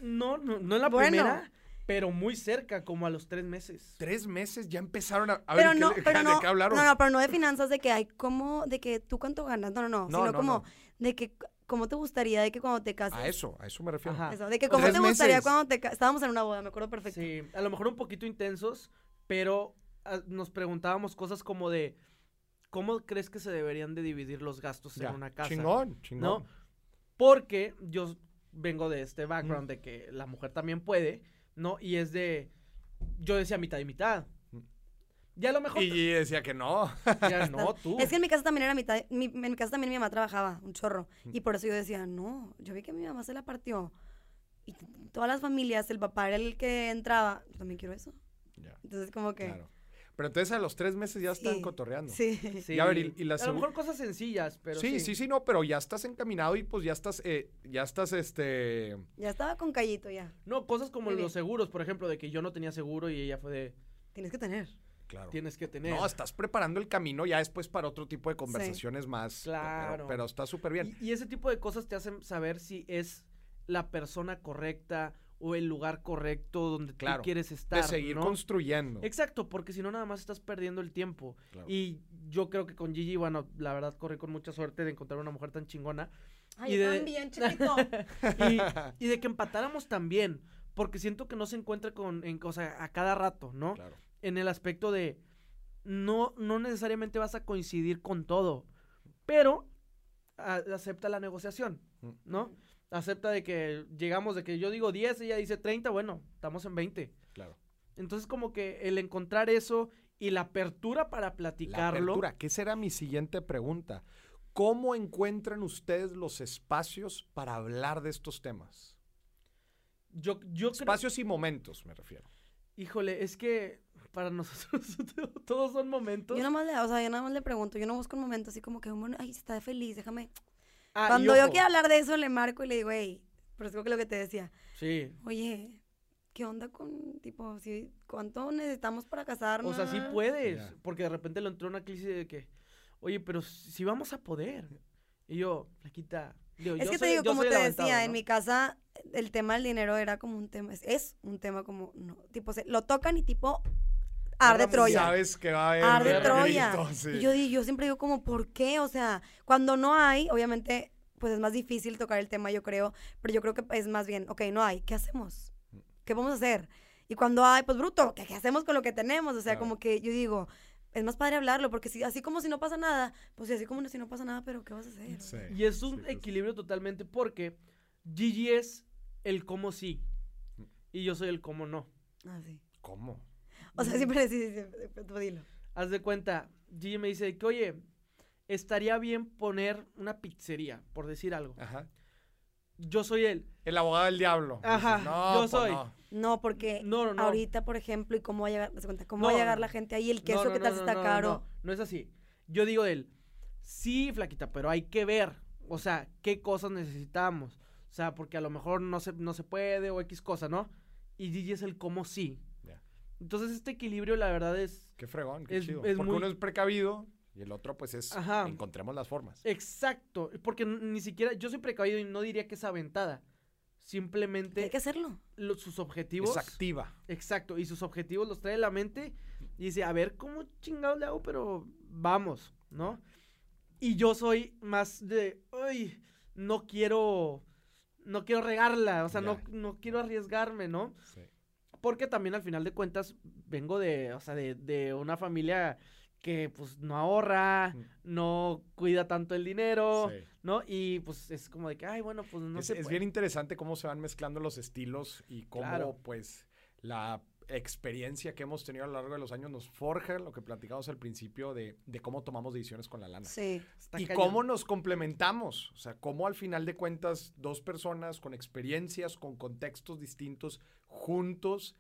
B: no, no, no en la
C: Bueno.
B: primera, pero muy cerca, como a los tres meses.
A: Tres meses ya empezaron a, a
C: pero
A: ver ¿qué
C: no,
A: le-
C: pero
A: de
C: no,
A: qué hablaron.
C: no, no, pero no de finanzas, de que hay como, de que tú cuánto ganas, no, no, no,
A: No, no,
C: sino como
A: no.
C: de que c- cómo te gustaría de que cuando te cases.
A: A eso, a eso me refiero.
B: Ajá.
C: Eso, de que cómo
A: Ah, Tres
C: te gustaría
A: meses.
C: cuando te ca- estábamos en una boda, me acuerdo perfecto.
B: Sí, a lo mejor un poquito intensos, pero ah, nos preguntábamos cosas como de ¿cómo crees que se deberían de dividir los gastos
A: Ya.
B: en una casa?
A: Chingón, chingón.
B: ¿No? Porque yo vengo de este background de que la mujer también puede, ¿no? Y es de yo decía mitad y mitad.
A: Mm.
B: Y a lo mejor
A: Y decía que no.
B: ya no tú.
A: Uh.
C: Es que en mi casa también era mitad, mi- en mi casa también mi mamá trabajaba un chorro y por eso yo decía, no, yo vi que mi mamá se la partió y t- todas las familias, el papá era el que entraba, yo también quiero eso.
A: Ya,
C: Entonces como que,
A: claro. Pero entonces a los tres meses ya están
C: Sí.
A: cotorreando.
C: sí,
B: Sí.
A: Y a ver, y- y la
B: a lo
A: segu-
B: mejor cosas sencillas, pero
A: sí,
B: sí.
A: sí, sí, no, pero ya estás encaminado y pues ya estás, eh, ya estás, este,
C: ya estaba con callito ya,
B: No, cosas como
C: Muy bien.
B: los seguros, por ejemplo, de que yo no tenía seguro y ella fue de
C: tienes que tener.
A: claro.
B: tienes que tener.
A: No, estás preparando el camino ya después para otro tipo de conversaciones más. pero- Pero,
B: Claro.
A: está súper bien.
B: Y, y ese tipo de cosas te hacen saber si es la persona correcta o el lugar correcto donde
A: Claro,
B: tú quieres estar.
A: De seguir
B: ¿no?
A: construyendo.
B: Exacto, porque si no nada más estás perdiendo el tiempo.
A: Claro.
B: Y yo creo que con Gigi, bueno, la verdad corrí con mucha suerte de encontrar una mujer tan chingona
C: Ay,
B: Y
C: yo
B: de-
C: también, chiquito.
B: y, y de que empatáramos también, porque siento que no se encuentra con en cosa a cada rato, ¿no?
A: Claro.
B: en el aspecto de no, no necesariamente vas a coincidir con todo, pero a- acepta la negociación,
A: Mm.
B: ¿no? acepta de que llegamos, de que yo digo 10, ella dice 30, bueno, estamos en 20.
A: Claro.
B: Entonces como que el encontrar eso y la apertura para
A: La
B: platicarlo.
A: apertura, que será mi siguiente pregunta. ¿Cómo encuentran ustedes los espacios para hablar de estos temas?
B: Yo, yo creo-
A: Espacios y momentos, me refiero.
B: Híjole, es que para nosotros todos son momentos.
C: Yo nomás le, o sea, yo nada más le pregunto, yo no busco un momento así como que, bueno, ay, está feliz, déjame.
B: Ah, y
C: Cuando yo
B: ojo,
C: quiero hablar de eso, le marco y le digo, hey, pero es creo que lo que te decía,
B: Sí.
C: oye, ¿qué onda con, tipo, si, cuánto necesitamos para casarnos?
B: O sea, sí puedes,
A: Ya.
B: porque de repente le entró una crisis de que, oye, pero si vamos a poder. Y yo, flaquita. digo,
C: Es
B: yo
C: que
B: soy-
C: te digo,
B: yo
C: como
B: soy
C: te
B: el aventado,
C: decía, en
B: ¿no?
C: mi casa el tema del dinero era como un tema, es, es un tema como, no, tipo, se, lo tocan y tipo, arde
B: mundial.
C: Troya.
A: Sabes que va a haber
C: Arde
B: el
C: Troya.
A: grito, sí.
C: Y yo, di- yo siempre digo como, ¿por qué? O sea, cuando no hay, obviamente, pues es más difícil tocar el tema, yo creo, pero yo creo que es más bien, ok, no hay, ¿qué hacemos? ¿Qué vamos a hacer? Y cuando hay, pues bruto, ¿qué, qué hacemos con lo que tenemos? O sea,
A: Claro.
C: como que yo digo, es más padre hablarlo, porque si, así como si no pasa nada, pues sí, así como si no pasa nada, pero ¿qué vas a hacer?
A: Sí,
B: Y es un
A: sí, pues,
B: equilibrio totalmente porque Gigi es el cómo sí y yo soy el cómo no.
C: Así.
A: ¿Cómo?
C: Ah, O sea, siempre decís, siempre- tú dilo.
B: Haz de cuenta, Gigi me dice que, oye, estaría bien poner una pizzería, por decir algo.
A: Ajá.
B: Yo soy él.
A: El abogado del diablo.
B: Ajá, yo
A: pues
B: soy.
A: no.
C: No, porque
B: No, no, no.
C: Eh, ahorita, por ejemplo, y cómo va a llegar, ¿se cuenta? ¿Cómo va a
B: No,
C: llegar
B: no.
C: la gente ahí? El
B: No,
C: queso,
B: no,
C: ¿qué
B: no,
C: tal
B: no,
C: si está
B: no,
C: caro?
B: No, no es así. Yo digo él, sí, flaquita, pero hay que ver, o sea, qué cosas necesitamos. O sea, porque a lo mejor no se, no se puede o X cosa, ¿no? Y Gigi es el cómo sí.
A: Ya.
B: Entonces este equilibrio la verdad es
A: Qué fregón, qué
B: Es-
A: chido.
B: es
A: Porque
B: muy-
A: uno es precavido y el otro, pues, es
B: Ajá.
A: encontremos las formas.
B: Exacto, porque n- ni siquiera, yo soy precavido y no diría que es aventada. Simplemente
C: Hay que hacerlo.
B: lo- sus objetivos.
A: Es activa.
B: Exacto, y sus objetivos los trae a la mente y dice, a ver, ¿cómo chingados le hago? Pero vamos, ¿no? Y yo soy más de, uy, no quiero, no quiero regarla, o sea, no,
A: Ya.
B: no quiero arriesgarme, ¿no?
A: Sí.
B: Porque también al final de cuentas vengo de, o sea, de, de una familia que pues no ahorra,
A: Mm.
B: no cuida tanto el dinero,
A: sí.
B: ¿no? Y pues es como de que, ay, bueno, pues no
A: es,
B: se
A: es
B: puede".
A: bien interesante cómo se van mezclando los estilos y cómo,
B: Claro.
A: pues, la experiencia que hemos tenido a lo largo de los años nos forja lo que platicamos al principio de, de cómo tomamos decisiones con la lana.
C: Sí.
B: Está
A: Y
B: cañón.
A: cómo nos complementamos, o sea, cómo al final de cuentas dos personas con experiencias, con contextos distintos, juntos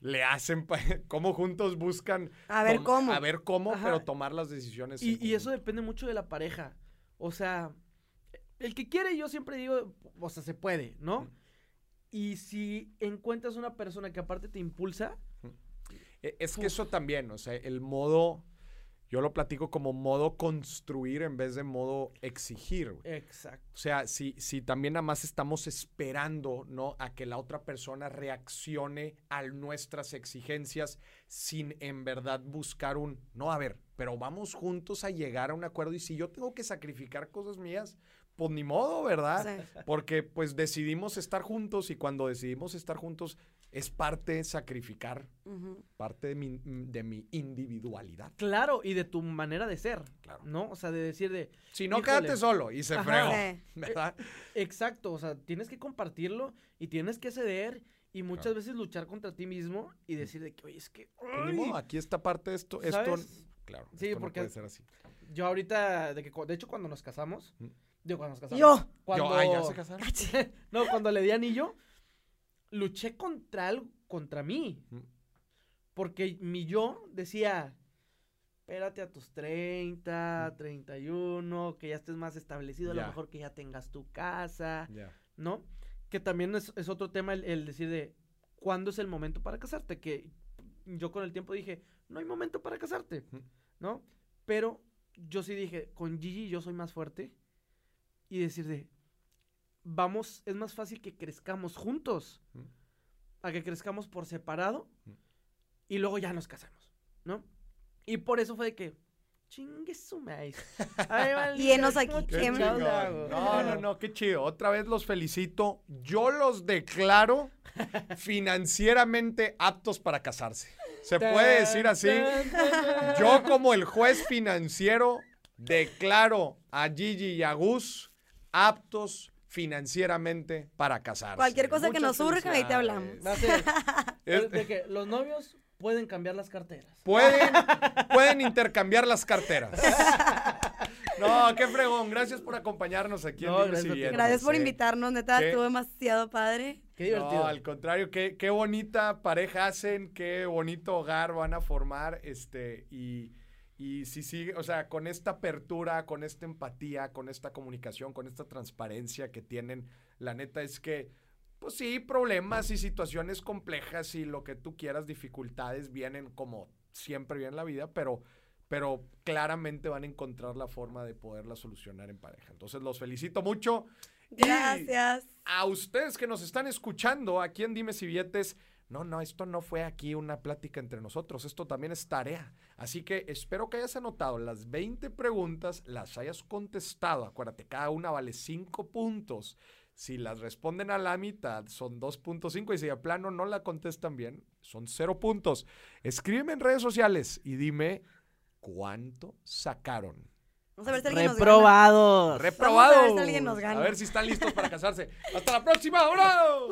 A: le hacen, pa- cómo juntos buscan
C: A ver
A: tom-
C: cómo.
A: a ver cómo,
B: Ajá.
A: pero tomar las decisiones. en
B: Y, y eso
A: conjunto.
B: depende mucho de la pareja. O sea, el que quiere, yo siempre digo, o sea, se puede, ¿no?
A: Mm.
B: Y si encuentras una persona que aparte te impulsa,
A: E- Es que eso también, o sea, el modo, yo lo platico como modo construir en vez de modo exigir. güey.
B: exacto.
A: O sea, si, si también nada más estamos esperando, ¿no? A que la otra persona reaccione a nuestras exigencias sin en verdad buscar un, no, a ver, pero vamos juntos a llegar a un acuerdo y si yo tengo que sacrificar cosas mías, pues ni modo, ¿verdad?
C: Sí.
A: Porque pues decidimos estar juntos y cuando decidimos estar juntos es parte sacrificar
C: Ujú.
A: parte de mi, de mi individualidad.
B: Claro, y de tu manera de ser,
A: Claro.
B: ¿no? O sea, de decir de,
A: Si no,
B: Mm. Híjole.
A: quédate solo y se
B: Ajá.
A: fregó,
C: Sí.
A: ¿verdad?
B: exacto, o sea, tienes que compartirlo y tienes que ceder y muchas
A: Claro.
B: veces luchar contra ti mismo y decir de que, oye, es que...
A: Pues, ni
B: ¡ay!
A: modo, aquí esta parte de esto, esto,
B: ¿Sabes?
A: claro,
B: Sí,
A: esto no
B: porque-
A: puede ser así.
B: Yo ahorita, de que cu- de hecho cuando nos casamos,
A: Mm.
B: digo cuando nos casamos.
C: Yo.
B: Cuando,
A: Yo, ay, ¿ya se casaron?
B: no, cuando le di anillo, luché contra algo, contra mí.
A: Mm.
B: Porque mi yo decía, espérate a tus 30, 31, que ya estés más establecido, a
A: Mm. Ya.
B: lo mejor que ya tengas tu casa,
A: Ya.
B: ¿no? Que también es, es otro tema el, el decir de, ¿cuándo es el momento para casarte? Que yo con el tiempo dije, no hay momento para casarte,
A: Mm.
B: ¿no? Pero yo sí dije, con Gigi yo soy más fuerte y decir de, vamos, es más fácil que crezcamos juntos
A: Mm.
B: a que crezcamos por separado
A: Mm.
B: y luego ya nos casamos, ¿no? Y por eso fue de que, chingue su maíz. Ay, vale,
C: Y enos aquí,
B: ¿cómo
A: Qué
C: ¿Qué
B: chingados le
A: chingón.
B: hago?
A: No, no, no, qué chido. Otra vez los felicito. Yo los declaro financieramente aptos para casarse. ¿Se puede decir así?
B: Tan, tan, tan.
A: Yo como el juez financiero declaro a Gigi y a Gus aptos financieramente para casarse.
C: Cualquier cosa que nos surja, ahí
A: felicidades.
C: te hablamos.
B: Me hace-
A: Es-
B: de que los novios pueden cambiar las carteras.
A: Pueden, pueden intercambiar las carteras. No, qué fregón. Gracias por acompañarnos aquí
B: No,
A: en Dime
B: gracias a ti.
A: Siguiente.
C: Gracias por
A: Sí.
C: invitarnos, neta,
A: ¿Qué?
C: estuvo demasiado padre.
B: Qué divertido.
A: No, al contrario, qué, qué bonita pareja hacen, qué bonito hogar van a formar, este, y, y si sigue, o sea, con esta apertura, con esta empatía, con esta comunicación, con esta transparencia que tienen, la neta es que, pues sí, problemas y situaciones complejas y lo que tú quieras, dificultades vienen como siempre viene en la vida, pero pero claramente van a encontrar la forma de poderla solucionar en pareja. Entonces los felicito mucho. Y-
C: Gracias.
A: a ustedes que nos están escuchando aquí en Dimes y Billetes, no, no, esto no fue aquí una plática entre nosotros, esto también es tarea. Así que espero que hayas anotado las 20 preguntas, las hayas contestado. Acuérdate, cada una vale 5 puntos. Si las responden a la mitad, son 2.5 y si de plano no la contestan bien, son 0 puntos. Escríbeme en redes sociales y dime cuánto sacaron.
C: Vamos a ver si alguien nos gana.
B: Reprobados.
A: Reprobado.
C: si alguien nos gana.
A: A ver si están listos para casarse. Hasta la próxima. ¡Bravo!